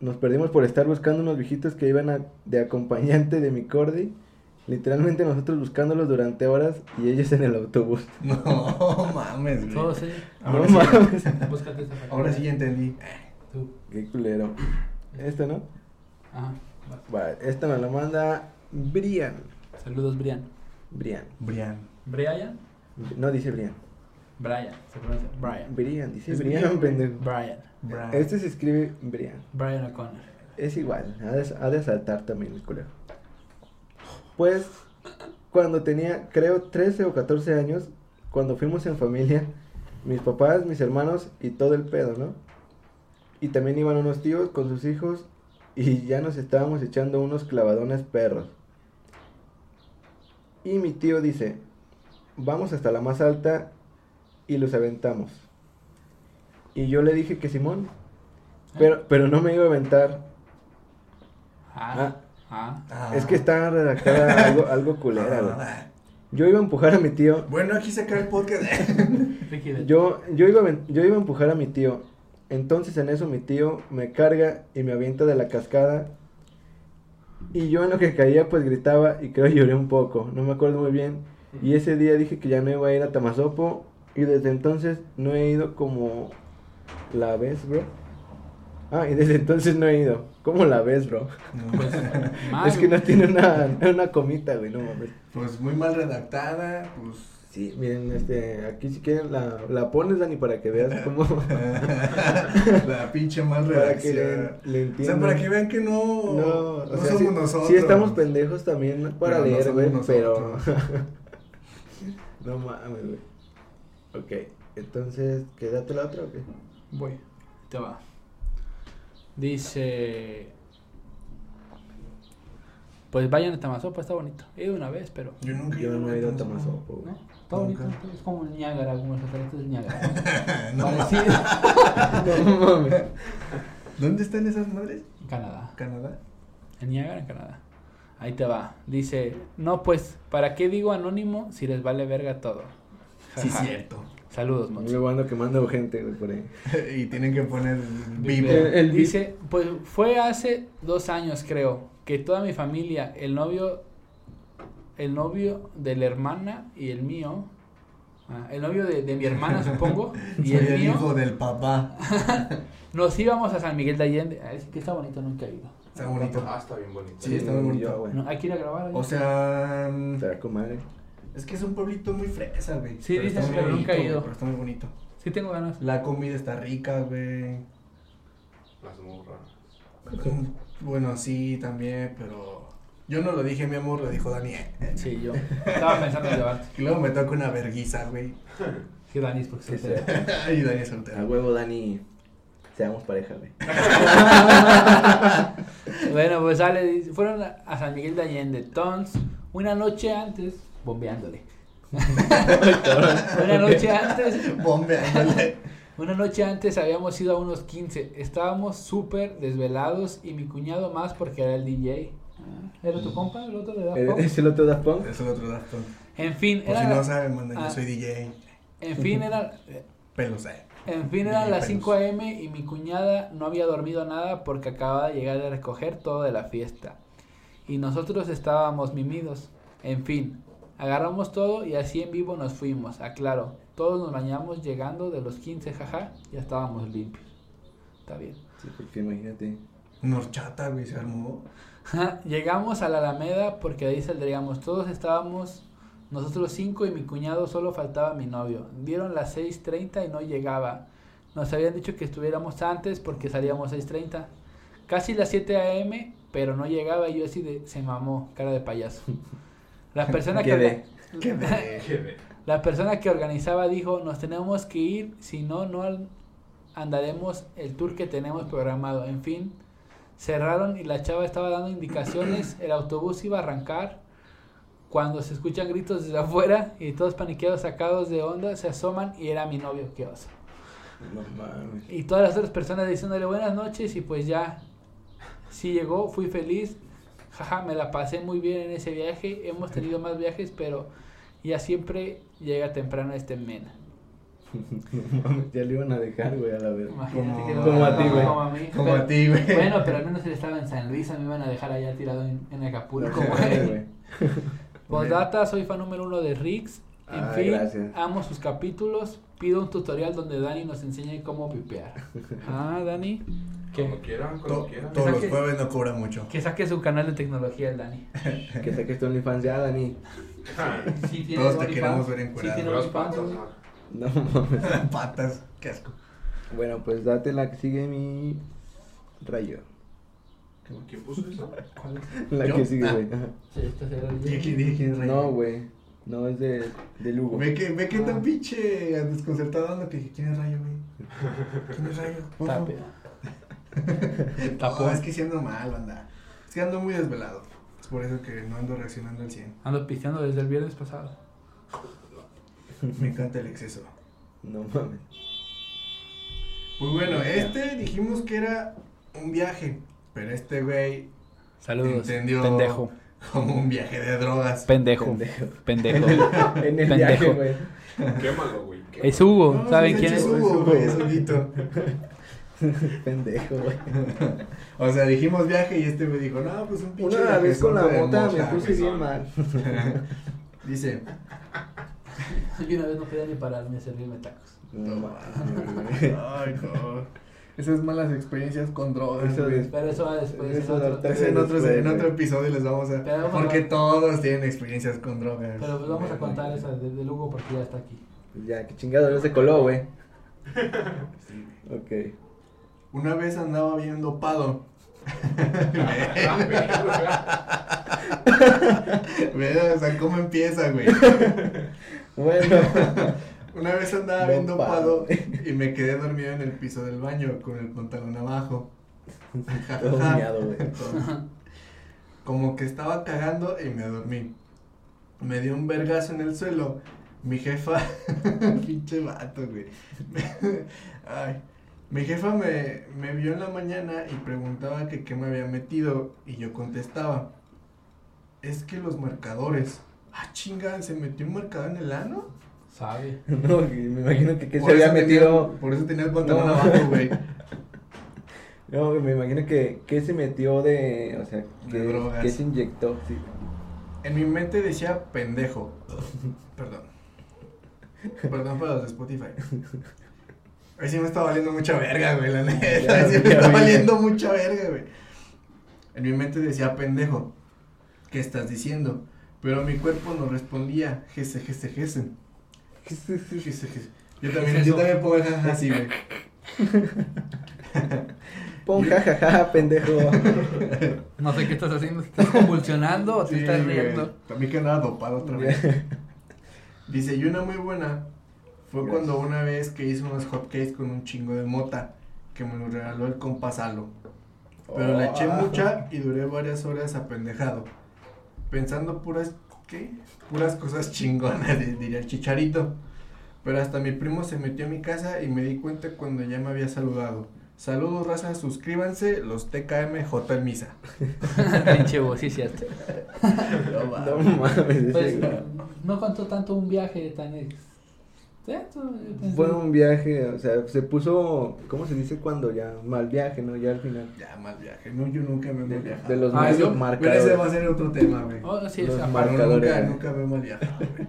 nos perdimos por estar buscando unos viejitos que iban a- de acompañante de mi cordi. Literalmente nosotros buscándolos durante horas y ellos en el autobús. No <laughs> mames, güey. Todos ellos. Ahora, no sí, mames. Búscate esa palabra. ahora sí ya entendí. Tú. Qué culero. Esta, ¿no? Ajá. va. Va, esta me la manda Brian. Saludos, Brian. Brian. Brian. ¿Brian? No dice Brian. Brian, se pronuncia Brian. Brian, dice Es Brian, Brian, güey. pendejo. Brian. Brian. Este se escribe Brian. Brian O'Connor. Es igual, ha de, ha de asaltar también el culero. Pues, cuando tenía, creo, 13 o 14 años, cuando fuimos en familia, mis papás, mis hermanos y todo el pedo, ¿no? Y también iban unos tíos con sus hijos y ya nos estábamos echando unos clavadones perros. Y mi tío dice, vamos hasta la más alta y los aventamos. Y yo le dije que Simón, pero, pero no me iba a aventar. Ah. Ah. Ah. Es que está redactada algo, algo culera, güey. Yo iba a empujar a mi tío. Bueno, aquí se acaba el podcast. Ricky de- Yo, yo, iba a, ven- yo iba a empujar a mi tío. Entonces en eso mi tío me carga y me avienta de la cascada. Y yo en lo que caía pues gritaba y creo lloré un poco. No me acuerdo muy bien. Y ese día dije que ya no iba a ir a Tamazopo. Y desde entonces no he ido como la ves, bro. Ah, y desde entonces no he ido. ¿Cómo la ves, bro? No, Pues, pues, mal, <laughs> es que no güey. tiene una, una comita, güey, no mames. pues muy mal redactada, pues. <laughs> Sí, miren, este, aquí si quieren la, la pones, Dani, para que veas <laughs> cómo... la pinche mal para que le, redacción. le O sea, entiendan. para que vean que no, No, no, o sea, somos sí, nosotros. sí estamos pendejos también ¿no? para Pero no leer, somos güey, pero... nosotros. <laughs> no mames, güey. Ok, entonces, ¿quédate la otra o qué? Voy. Te va. Dice. Pues vayan a Tamazopa, está bonito. He ido una vez, pero. Yo nunca Yo no he ido a Tamazopo. Tamazopo, güey. ¿No? Está Nunca. bonito. Es como el Niágara, como los atractivos del Niágara. No, Parecido. No mames. ¿Dónde están esas madres? En Canadá. ¿Canadá? El Niágara en Canadá. Ahí te va. Dice, no pues, ¿para qué digo anónimo si les vale verga todo? Sí, Jaja. cierto. Saludos, Monty. Yo ando quemando gente, güey, por ahí. <laughs> y tienen que poner vivo. El- el vi- Dice, pues fue hace dos años creo que toda mi familia, el novio, el novio de la hermana y el mío, ah, el novio de, de mi <laughs> hermana supongo, y Soy el, el mío, hijo del papá. nos íbamos a San Miguel de Allende. Ah, Es que está bonito, nunca he ido. Está bonito. Ah, está bien bonito. Sí, está muy bonito. Yo, güey. No, hay que ir a grabar. ¿eh? ahí. O sea, mm, Estará con madre. es que es un pueblito muy fresa, güey. Sí, Pero dicen está muy que nunca bonito, he güey, ido. Pero está muy bonito. sí tengo ganas. La comida está rica, güey. Las morras. Bueno, sí, también, pero yo no lo dije, mi amor, lo dijo Dani. Eh. Sí, yo estaba pensando en llevarte. Y luego me toca una verguiza, güey. <laughs> Que Dani es porque Sí, sí. soltero. y Dani es A soltero. huevo, Dani. Seamos pareja, güey. <laughs> Bueno, pues sale, dice, fueron a a San Miguel de Allende, Tons, una noche antes, bombeándole. una noche antes, <laughs> Bombeándole. una noche antes habíamos ido a unos 15, estábamos súper desvelados y mi cuñado más porque era el DJ. ¿Era tu compa? ¿El otro de Daft Punk? ¿Es ¿E-, el otro Daft Punk? Eh, es el otro dato. En fin, Por si no era, saben, manda, Ah. yo soy DJ. en fin, era, Pelos, eh. En fin, Ni eran las pelos. 5 a.m. y mi cuñada no había dormido nada porque acababa de llegar de recoger todo de la fiesta. Y nosotros estábamos mimidos. En fin, agarramos todo y así en vivo nos fuimos. Aclaro, todos nos bañamos llegando de los 15, jaja, ya estábamos limpios. Está bien. Sí, porque imagínate. Norchata, güey, se armó. <laughs> Llegamos a la Alameda porque ahí saldríamos. Todos estábamos, nosotros cinco y mi cuñado solo faltaba mi novio. Dieron las 6.30 y no llegaba. Nos habían dicho que estuviéramos antes porque salíamos 6.30. Casi las 7 a.m., pero no llegaba y yo así de, se mamó, cara de payaso. La persona que... Quedé. orga- Qué de- <laughs> Qué bien. la persona que organizaba dijo, nos tenemos que ir, si no, no al- andaremos el tour que tenemos programado. En fin, cerraron y la chava estaba dando indicaciones, el autobús iba a arrancar, cuando se escuchan gritos desde afuera y todos paniqueados, sacados de onda, se asoman y era mi novio, qué oso. Pues No mames. <laughs> Y todas las otras personas diciéndole buenas noches y pues ya, sí llegó, fui feliz, jaja, me la pasé muy bien en ese viaje, hemos tenido más viajes, pero ya siempre llega temprano este mena. No mames, ya le iban a dejar, güey, a la vez. Imagínate Como- que lo- como a ti, güey. Como a mí. Como Pero- a ti, güey. Bueno, pero al menos él estaba en San Luis, a mí me iban a dejar allá tirado en, en Acapulco, Sí, güey. Postdata, soy fan número uno de Rix. En Ah, fin, gracias. amo sus capítulos. Pido un tutorial donde Dani nos enseñe cómo <laughs> pipear. Ah, Dani. Cuando Que, quieran, cuando To- quieran. todos <laughs> los Saque- jueves no cobra mucho. <laughs> que saque su canal de tecnología el Dani. Que saques tu OnlyFans ya, Dani. Ah, Sí, tiene Todos te OnlyFans. queremos ver encuerado. Sí, tiene puras OnlyFans, patas, güey. ah. No mames. Patas, qué asco. Bueno, pues date la que sigue mi rayo. ¿Quién puso eso? ¿Cuál es? La ¿Yo? que sigue, Ah. güey. ajá. Sí, esta será el Dije que- dije que es rey. No, güey. No, es de, de Lugo. Ve que, ve que Ah. tan pinche desconcertado ando que dije, ¿quién es rayo, güey? ¿Quién es rayo? <laughs> <laughs> Tape. Tapó. es que si ando mal, anda. Es que ando muy desvelado. Es por eso que no ando reaccionando al 100. Ando pisteando desde el viernes pasado. Me encanta el exceso. No mames. Pues bueno, este dijimos que era un viaje. Pero este güey, <laughs> Saludos. Entendió. Pendejo. como un viaje de drogas. Pendejo. Pendejo. Pendejo. <laughs> En el Pendejo. viaje, güey. Quémalo, güey. quémalo. Es Hugo. No, ¿Saben sí, quién sí, es? sí, Hugo, güey, es Huguito. Pendejo, güey. <laughs> O sea, dijimos viaje y este me dijo, no, pues un pinche Una vez con la viajezote de bota me mota, puse bien güey. mal. <laughs> Dice, Yo una vez no podía ni pararme a servirme tacos. No mames. güey. ay, no. <laughs> Esas malas experiencias con drogas, Eso güey. es- Pero eso va después. Eso en da otro. tal- Es en otro, en Después, otro güey. episodio les vamos a... Pero vamos a- porque todos tienen experiencias con drogas. Pero pues vamos a Verga. contar esa de, de Lugo porque ya está aquí. Pues Ya, que chingado, no se coló, güey. Sí, güey. Ok. Una vez andaba bien dopado. Pues, Ve, o sea, ¿cómo empieza, <laughs> güey? Bueno. <laughs> Una vez andaba bien Dopado. <laughs> dopado y me quedé dormido en el piso del baño con el pantalón abajo. Ja, ja, Todo ja. miado, güey. Como que estaba cagando y me dormí. Me dio un vergazo en el suelo. Mi jefa, <laughs> pinche vato, güey. Ay. Mi jefa me, me vio en la mañana y preguntaba que qué me había metido y yo contestaba, es que los marcadores. Ah, chinga, ¿se metió un marcador en el ano? ¿Sabe? <laughs> No, que me imagino que, que Por se había eso tenía- metido. por eso tenía el pantalón No. abajo, güey. No, me imagino que, que se metió de. O sea, que, De drogas. que se inyectó. Sí. En mi mente decía pendejo. <laughs> Perdón. Perdón para los de Spotify. Ahí sí me está valiendo mucha verga, güey, la neta. Ahí sí me Ya, está güey. valiendo mucha verga, güey. En mi mente decía pendejo. ¿Qué estás diciendo? Pero mi cuerpo no respondía. Jese, jese, jese. Jese, jese. Yo también, yo también pongo el jaja así, güey. Pon jajaja, pendejo. No sé qué estás haciendo. <laughs> ¿Estás convulsionando o Oh, te Sí, estás güey. <laughs> riendo? También que andaba dopado otra <laughs> vez. Dice, y una muy buena fue Gracias. cuando una vez que hice unos hotcakes con un chingo de mota que me lo regaló el compasalo. <laughs> Pero le Oh. Oh. <laughs> eché mucha y duré varias horas apendejado. Pensando puras, ¿qué? Puras cosas chingonas, di- diría el chicharito. Pero hasta mi primo se metió a mi casa y me di cuenta cuando ya me había saludado. Saludos, raza, suscríbanse, los TKMJ <laughs> en misa. Pinche voz, sí, cierto. No <laughs> No mames. <laughs> mames. ese Pues güey. no contó tanto un viaje tan ex. ¿Cierto? Yo pensé- Fue un viaje, o sea, se puso. ¿Cómo se dice cuando ya? Mal viaje, ¿no? Ya al final. Ya, mal viaje. No, yo nunca me he De- mal viajado. de los Ah, yo- marcadores. Pero ese va a ser otro tema, güey. Oh, sí, Los o sea, Pero mar- marcadores, Nunca, güey. nunca me he mal viajado, güey.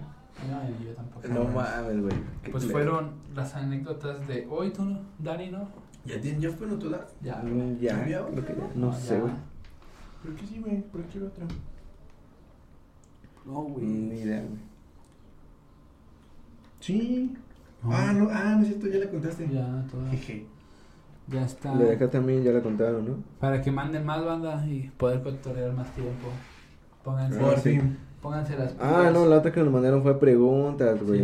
No, yo tampoco. No mames, güey. qué Pues culero. fueron las anécdotas de hoy, tú, no? Dani, ¿no? ¿Ya tienes? ¿Ya fue en otro lado? Ya. Mm, Ya, ¿Había creo que ya. No, No ya. sé, güey. Creo que sí, güey. Por aquí va otra. No, güey. Ni idea, güey. Sí. Ah, no, ah, no es cierto, ya la contaste. Ya, todo. Jeje. Ya está. La de acá también ya la contaron, ¿no? Para que manden más banda y poder controlar más tiempo. Pónganse, Por Ah, sí. fin. pónganse las Ah, no, la otra que nos mandaron fue preguntas, güey.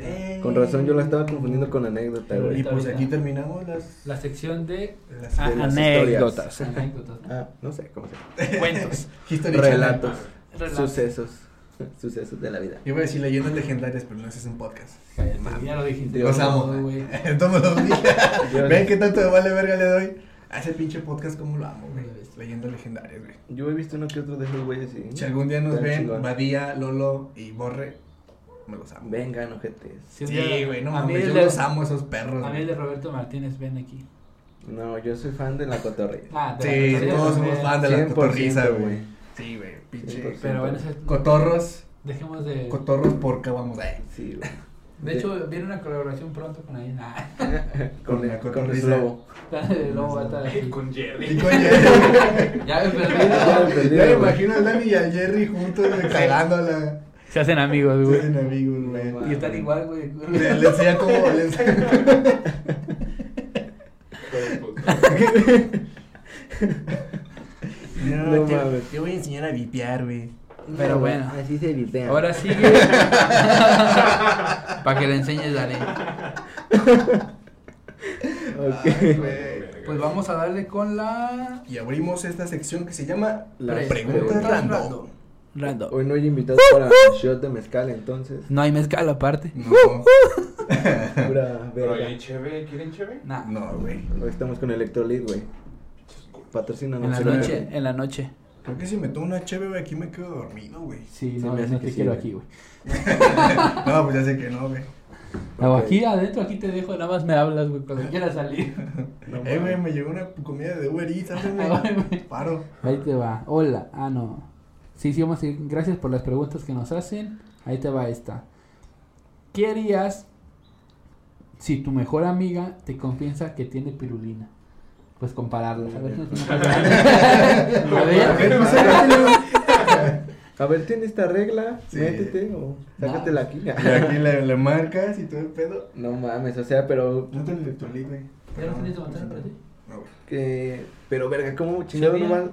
Eh. Con razón yo la estaba confundiendo con anécdota, Y güey. pues aquí terminamos las... La sección de las Ah, De las <laughs> Anécdotas. anécdotas. ¿no? Ah, no sé cómo se llama. Cuentos. History Channel. Relatos. Relatos. Sucesos. <laughs> Sucesos de la vida. Yo voy a decir leyendas legendarias, pero no ese es un podcast. Cállate, ya lo dijiste. Los todo, amo. güey. <laughs> Todos los días. Dios. Ven qué tanto de vale verga le doy. A ese pinche podcast como lo amo, güey. Leyendas legendarias, güey. Yo he visto uno que otro de esos güeyes y... Si algún día nos Está ven, chingón. Badía, Lolo y Borre, me los amo. Vengan, ojetes. Si un Sí, día- güey, no a mí mames, el yo de- los amo a esos perros. A mí güey. el de Roberto Martínez, ven aquí. No, yo soy fan de la cotorrilla. Ah, de Sí, Roberto todos Martínez, somos eh, fans de la 100%, cotorriza, güey. güey. Sí, güey, pinche. 100%. Pero bueno, eso es- Cotorros, dejemos de. cotorros porca, vamos, eh. Sí, güey. De hecho, viene una colaboración pronto con ahí. Nah, <laughs> con, la el, con el cotorriza. lobo. <laughs> el lobo va a estar aquí. Con Y Jerry. con Jerry. Ya me perdí. Ya me Ya perdí, me güey. imagino al Dani y al Jerry juntos, güey, cagándola. Se hacen amigos, güey. Tienen amigos, güey. No, Y están igual, güey. Le, le enseña cómo. Le enseña- Pero, pues, No, No te, mames. te voy a enseñar a vipear, güey. Pero bueno. Así se evitea. Ahora sigue. <laughs> Para que le enseñes, dale. Ay, Ok. <laughs> güey. Pues vamos a darle con la. Y abrimos esta sección que se llama Las Preguntas preguntas Random. random. Random. Hoy no hay invitados para shot de mezcal, <laughs> entonces. No hay mezcal aparte. No, Pura Pero verga. hay cheve, ¿quieren cheve? Nah. no, güey. Hoy estamos con Electrolit, güey. Patrocina En la noche, en la noche. Creo que si me tomo una chévere, güey, aquí me quedo dormido, güey. <laughs> Sí, Se no, me hace no que te sí, quiero güey. aquí, güey. No, pues ya sé que no, güey. No, aquí adentro, aquí te dejo, nada más me hablas, güey, <laughs> cuando quieras salir. eh, güey, me llegó una comida de Uber Eats, <laughs> hazme, Ay, güey. güey. Paro. Ahí te va. Hola. Ah, no. Sí, sí, vamos a ir. Gracias por las preguntas que nos hacen. Ahí te va esta. ¿Qué harías si tu mejor amiga te confiesa que tiene pirulina? Pues compararlas. A ver si no es una cosa- A ver. <laughs> A ver, tiene esta regla, Sí. métete o sácatela aquí. Y aquí le, le marcas y todo el pedo. <laughs> No mames, o sea, pero No te electrolit, güey. ¿Ya no tenés aguantar para ti? No, güey. que pero verga, ¿cómo chingado no Sabía. vas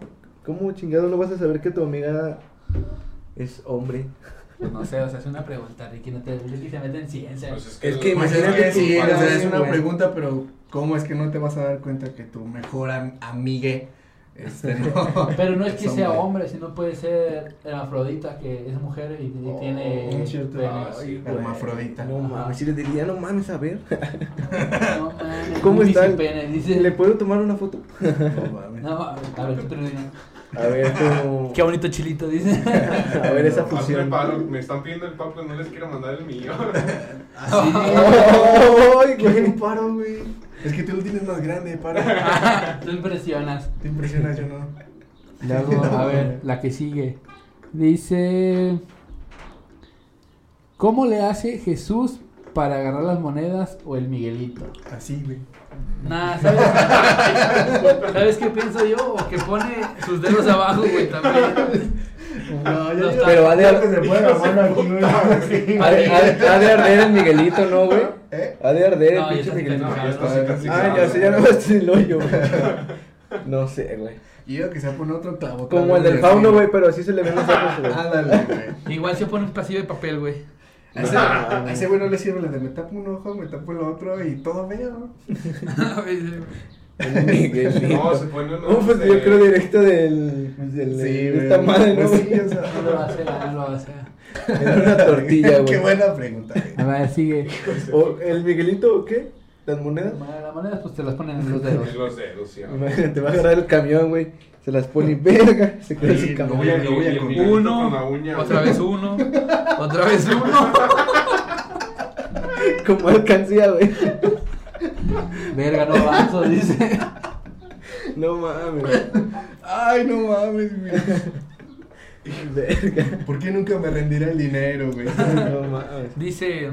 cómo chingado no vas a saber que tu amiga es hombre? Pues No sé, o sea, es una pregunta, Ricky. No te que se mete en ciencia. Pues Es que Pues es imagínate que tú, sí, o para sea, es mí, una güey. pregunta, pero ¿cómo es que no te vas a dar cuenta que tu mejor am- amigue este, no? <laughs> Pero no es que sea hombre. hombre, sino puede ser hermafrodita, que es mujer y, y Oh, tiene... es cierto. pene. Ah, sí, güey. Hermafrodita. No Ajá. mames, si le diría, no mames, a ver. No mames, ¿Cómo un está? bicipene, dice. ¿Le puedo tomar una foto? No mames. No, a ver, a ver, tú termina. A <laughs> ver, como Qué bonito <laughs> chilito, dice. a ver esa Hazme fusión. paro, me están pidiendo el papel, no les quiero mandar el mío. <laughs> Ay, Qué güey. bien paro, <laughs> güey. Es que tú lo tienes más grande, <laughs> para. <laughs> Tú impresionas. Te impresionas, yo no. Luego, a ver, la que sigue. Dice... ¿Cómo le hace Jesús para agarrar las monedas o el Miguelito? Así, güey. <laughs> Nah, ¿sabes? ¿Sabes qué pienso yo? O que pone sus dedos abajo, güey, también. No, No, yo pero ha de- creo que se <laughs> pone la mano aquí, güey. Sí, Ha de, güey. ha de- ha de arder el Miguelito, ¿no, güey? ¿Eh? Ha de arder el No, ya pinche está Miguelito. No, ya Ah, está así, casi. Ah, ya sé, ya no me estoy el hoyo, güey. <laughs> No sé, güey. Y yo que se pone otro clavo. Como clavo, el del güey, fauno, así. güey, pero así se le ven los ojos, güey. Ándale, güey. Igual se pone un pasillo de papel, güey. A <laughs> ese- A ese güey no le sirve la de me tapo un ojo, me tapo el otro y todo medio. El Miguelito. No, se pone uno. No, pues de- yo creo directo del. pues, del Sí, de güey. esta madre, ¿no? Pues sí, güey? o sea, No lo va a hacer, no lo va a hacer. <laughs> En una <laughs> tortilla, Qué güey. buena pregunta, güey. A ver, sigue. O el Miguelito, ¿o qué? ¿Las monedas? Las monedas pues te las ponen en los dedos. En los dedos, sí. ah. Imagínate, va a agarrar el camión, güey. Se las pone y verga. Se queda Sí, sin no, camión. voy a- lo voy a Y el contar. Miguelito Uno. con la uña, Otra güey. vez uno. Otra vez uno. Como alcancía, güey. Verga, no <laughs> avanzo, dice. No mames. Ay, no mames, güey. <laughs> Verga. ¿Por qué nunca me rendirá el dinero, güey? No mames. Dice,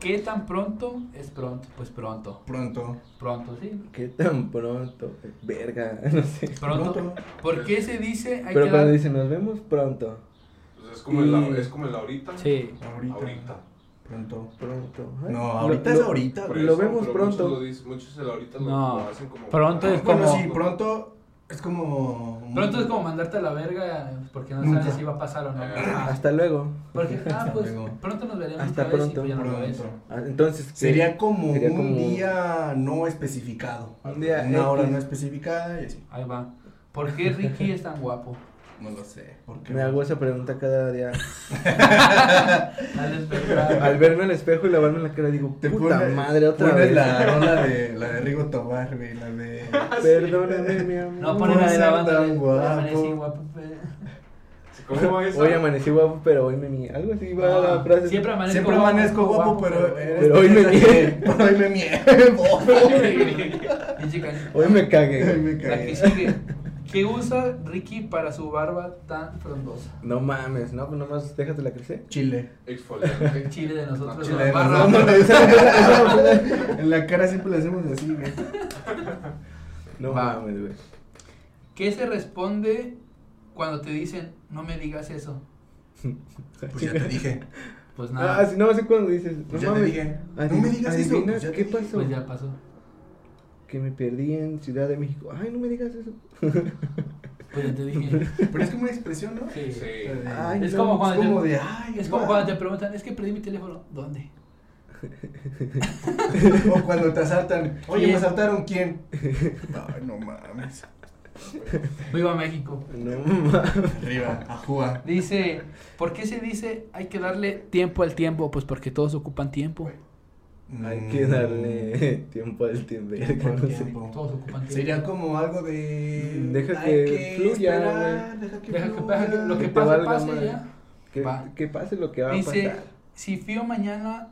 ¿Qué tan pronto es pronto? Pues pronto. Pronto. Pronto, sí. ¿Qué tan pronto? Verga, <laughs> no sé. Pronto. Pronto. ¿Por qué se dice hay Pero que cuando dar- dicen nos vemos pronto, Pues es como el, Y- la- es como el ahorita. sí. Ahorita. Ahorita. Pronto. pronto. Ay, No, ahorita es ahorita, Por güey. Lo eso, vemos pero pronto. Muchos, lo dicen- muchos el ahorita lo- No, lo hacen como. pronto es Ah, Bueno, como- sí, pronto es como. Pronto es como mandarte a la verga porque no Nunca. sabes si va a pasar o no. Ah. Ah, Hasta luego. Porque, ah, Hasta pues luego. pronto nos veremos. Hasta otra vez y pronto, pues ya no lo ves. Pronto. Ah, Entonces, ¿qué? Sería como Sería un como- día no especificado. Un día Una hora X. no especificada y así. Ahí va. ¿Por qué Ricky es tan guapo? No lo sé. Porque Me hago esa pregunta cada día. Al despertar. <laughs> Al verme al espejo y lavarme la cara, digo, te puta pone- madre, otra pones vez. la <laughs> rola de, la de Rigo Tobar, güey. La de. Perdóname, mi amor. No, pone la de la ser banda. tan de- guapo. Amanecí guapo. pe- ¿Cómo va eso? Hoy amanecí guapo, pero hoy me mía. Algo así va la frase. Siempre amanezco Siempre guapo, amanezco guapo, pero. pero- Pero hoy me mié. <laughs> Pero hoy me mié. <laughs> Pinche cañón. Hoy me Hoy <laughs> cagué. me La que caí. sigue. ¿Qué usa Ricky para su barba tan frondosa? No mames, no, pues nomás déjatela crecer. Chile. Exfoliante. <laughs> El chile de nosotros. Chile la de barba. nosotros. <laughs> <laughs> Esa- esa- esa- En la cara siempre le hacemos así, güey. No Va. mames, güey. ¿Qué se responde cuando te dicen no me digas eso? Pues ya te dije. Pues nada, <laughs> Ah, sí, no, así cuando dices, no Pues ya te mames. dije. No adivin- me digas eso. adivina pues ya te ¿Qué dije. pasó? pues ya pasó. Que me perdí en Ciudad de México. Ay, no me digas eso. Pues ya te dije. Pero es como una expresión, ¿no? Sí. Sí. Eh, Ay, Es no, como es cuando como te, de, ay, es como guau. cuando te preguntan, es que perdí mi teléfono. ¿Dónde? <laughs> O cuando te asaltan. Oye, ¿Quién? ¿me asaltaron quién? <laughs> Ay, no mames. Viva México. No mames. Arriba, a jugar. Dice, ¿por qué se dice hay que darle tiempo al tiempo? Pues porque todos ocupan tiempo. Hay que Mm. darle <laughs> tiempo al tiempo. Tiempo al No sé. tiempo. Todos ocupan tiempo. Mm, Sería como algo Mm, de. Deja hay que fluya, esperar, Deja que Deja que fluya. pase, lo que Que te pase, valga pase madre. ya. Que, Va. que pase lo que va a Dice, pasar. si fío mañana,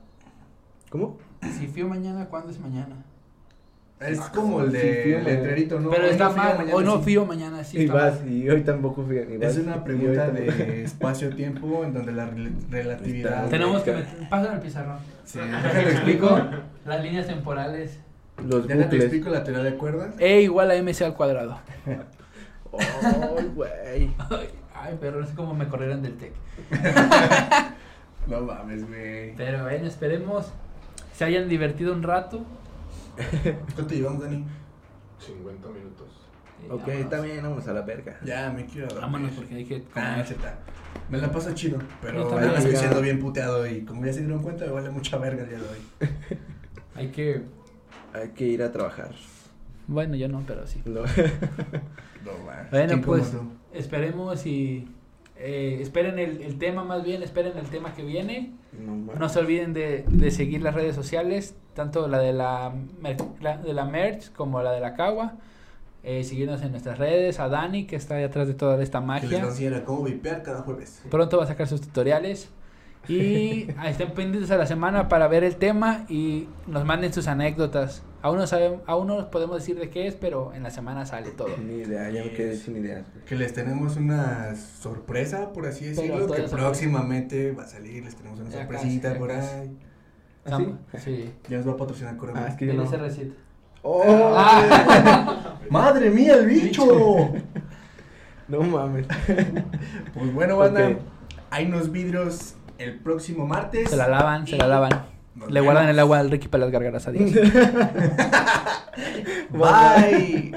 ¿Cómo? si fío mañana, ¿cuándo es mañana? Es como el Sí, fío, de el mañana. letrerito, ¿no? Pero Hoy está no fío, mal, mañana hoy no sí. fío mañana, sí y está mal. vas, y hoy tampoco fui. y vas, Es una y hoy pregunta <laughs> tampoco. de espacio-tiempo en donde la rel- relatividad. Tenemos que meter, pásame el <laughs> pizarrón. Sí, <laughs> déjale explico. Las líneas temporales. Los Déjale bucles. explico la teoría de cuerdas. E igual a MC al cuadrado. Ay, güey. Ay, pero no sé cómo me corrieron del TEC. No mames, güey. Pero bueno, esperemos se hayan divertido un rato. ¿Cuánto llevamos, Dani? 50 minutos. Y Ok, vámonos. también vamos a la verga. Ya, me quiero dormir. Vámonos porque hay que Ah, comer. neta. Me la paso chido, pero Yo también. ahora estoy siendo bien puteado y como ya se dieron cuenta, me vale mucha verga el día de hoy. Hay que... Hay que ir a trabajar. Bueno, yo no, pero sí. No. <laughs> No, va. Bueno, Qué pues incómodo. esperemos y... eh, esperen el, el tema más bien, esperen el tema que viene. No No mames. se olviden de, de seguir las redes sociales, tanto la de la, mer- la- de la merch como la de la cagua. Eh, seguirnos en nuestras redes, a Dani que está ahí atrás de toda esta Que les magia. considera cómo vipear cada jueves. Pronto va a sacar sus tutoriales. Y <laughs> ah, estén pendientes a la semana para ver el tema y nos manden sus anécdotas. Aún no, sabemos, aún no podemos decir de qué es, pero en la semana sale todo. Ni idea, ya me quedé sin ideas. Que les tenemos una sorpresa, por así Pero decirlo, que todavía sorpresa. próximamente va a salir, les tenemos una Ya sorpresita casi, ya por casi. ahí. ¿Ah, sí? Sí. Ya nos va a patrocinar Corona. Ah, es que yo El no. SRC. ¡Oh! ¡Madre mía, el bicho! No mames. <laughs> <laughs> pues bueno, banda, Ok. hay unos vidrios el próximo martes. Se la lavan, se la lavan. Nos Le guardan vemos. el agua al Ricky para las gargaras. <laughs> Adiós. <laughs> Bye.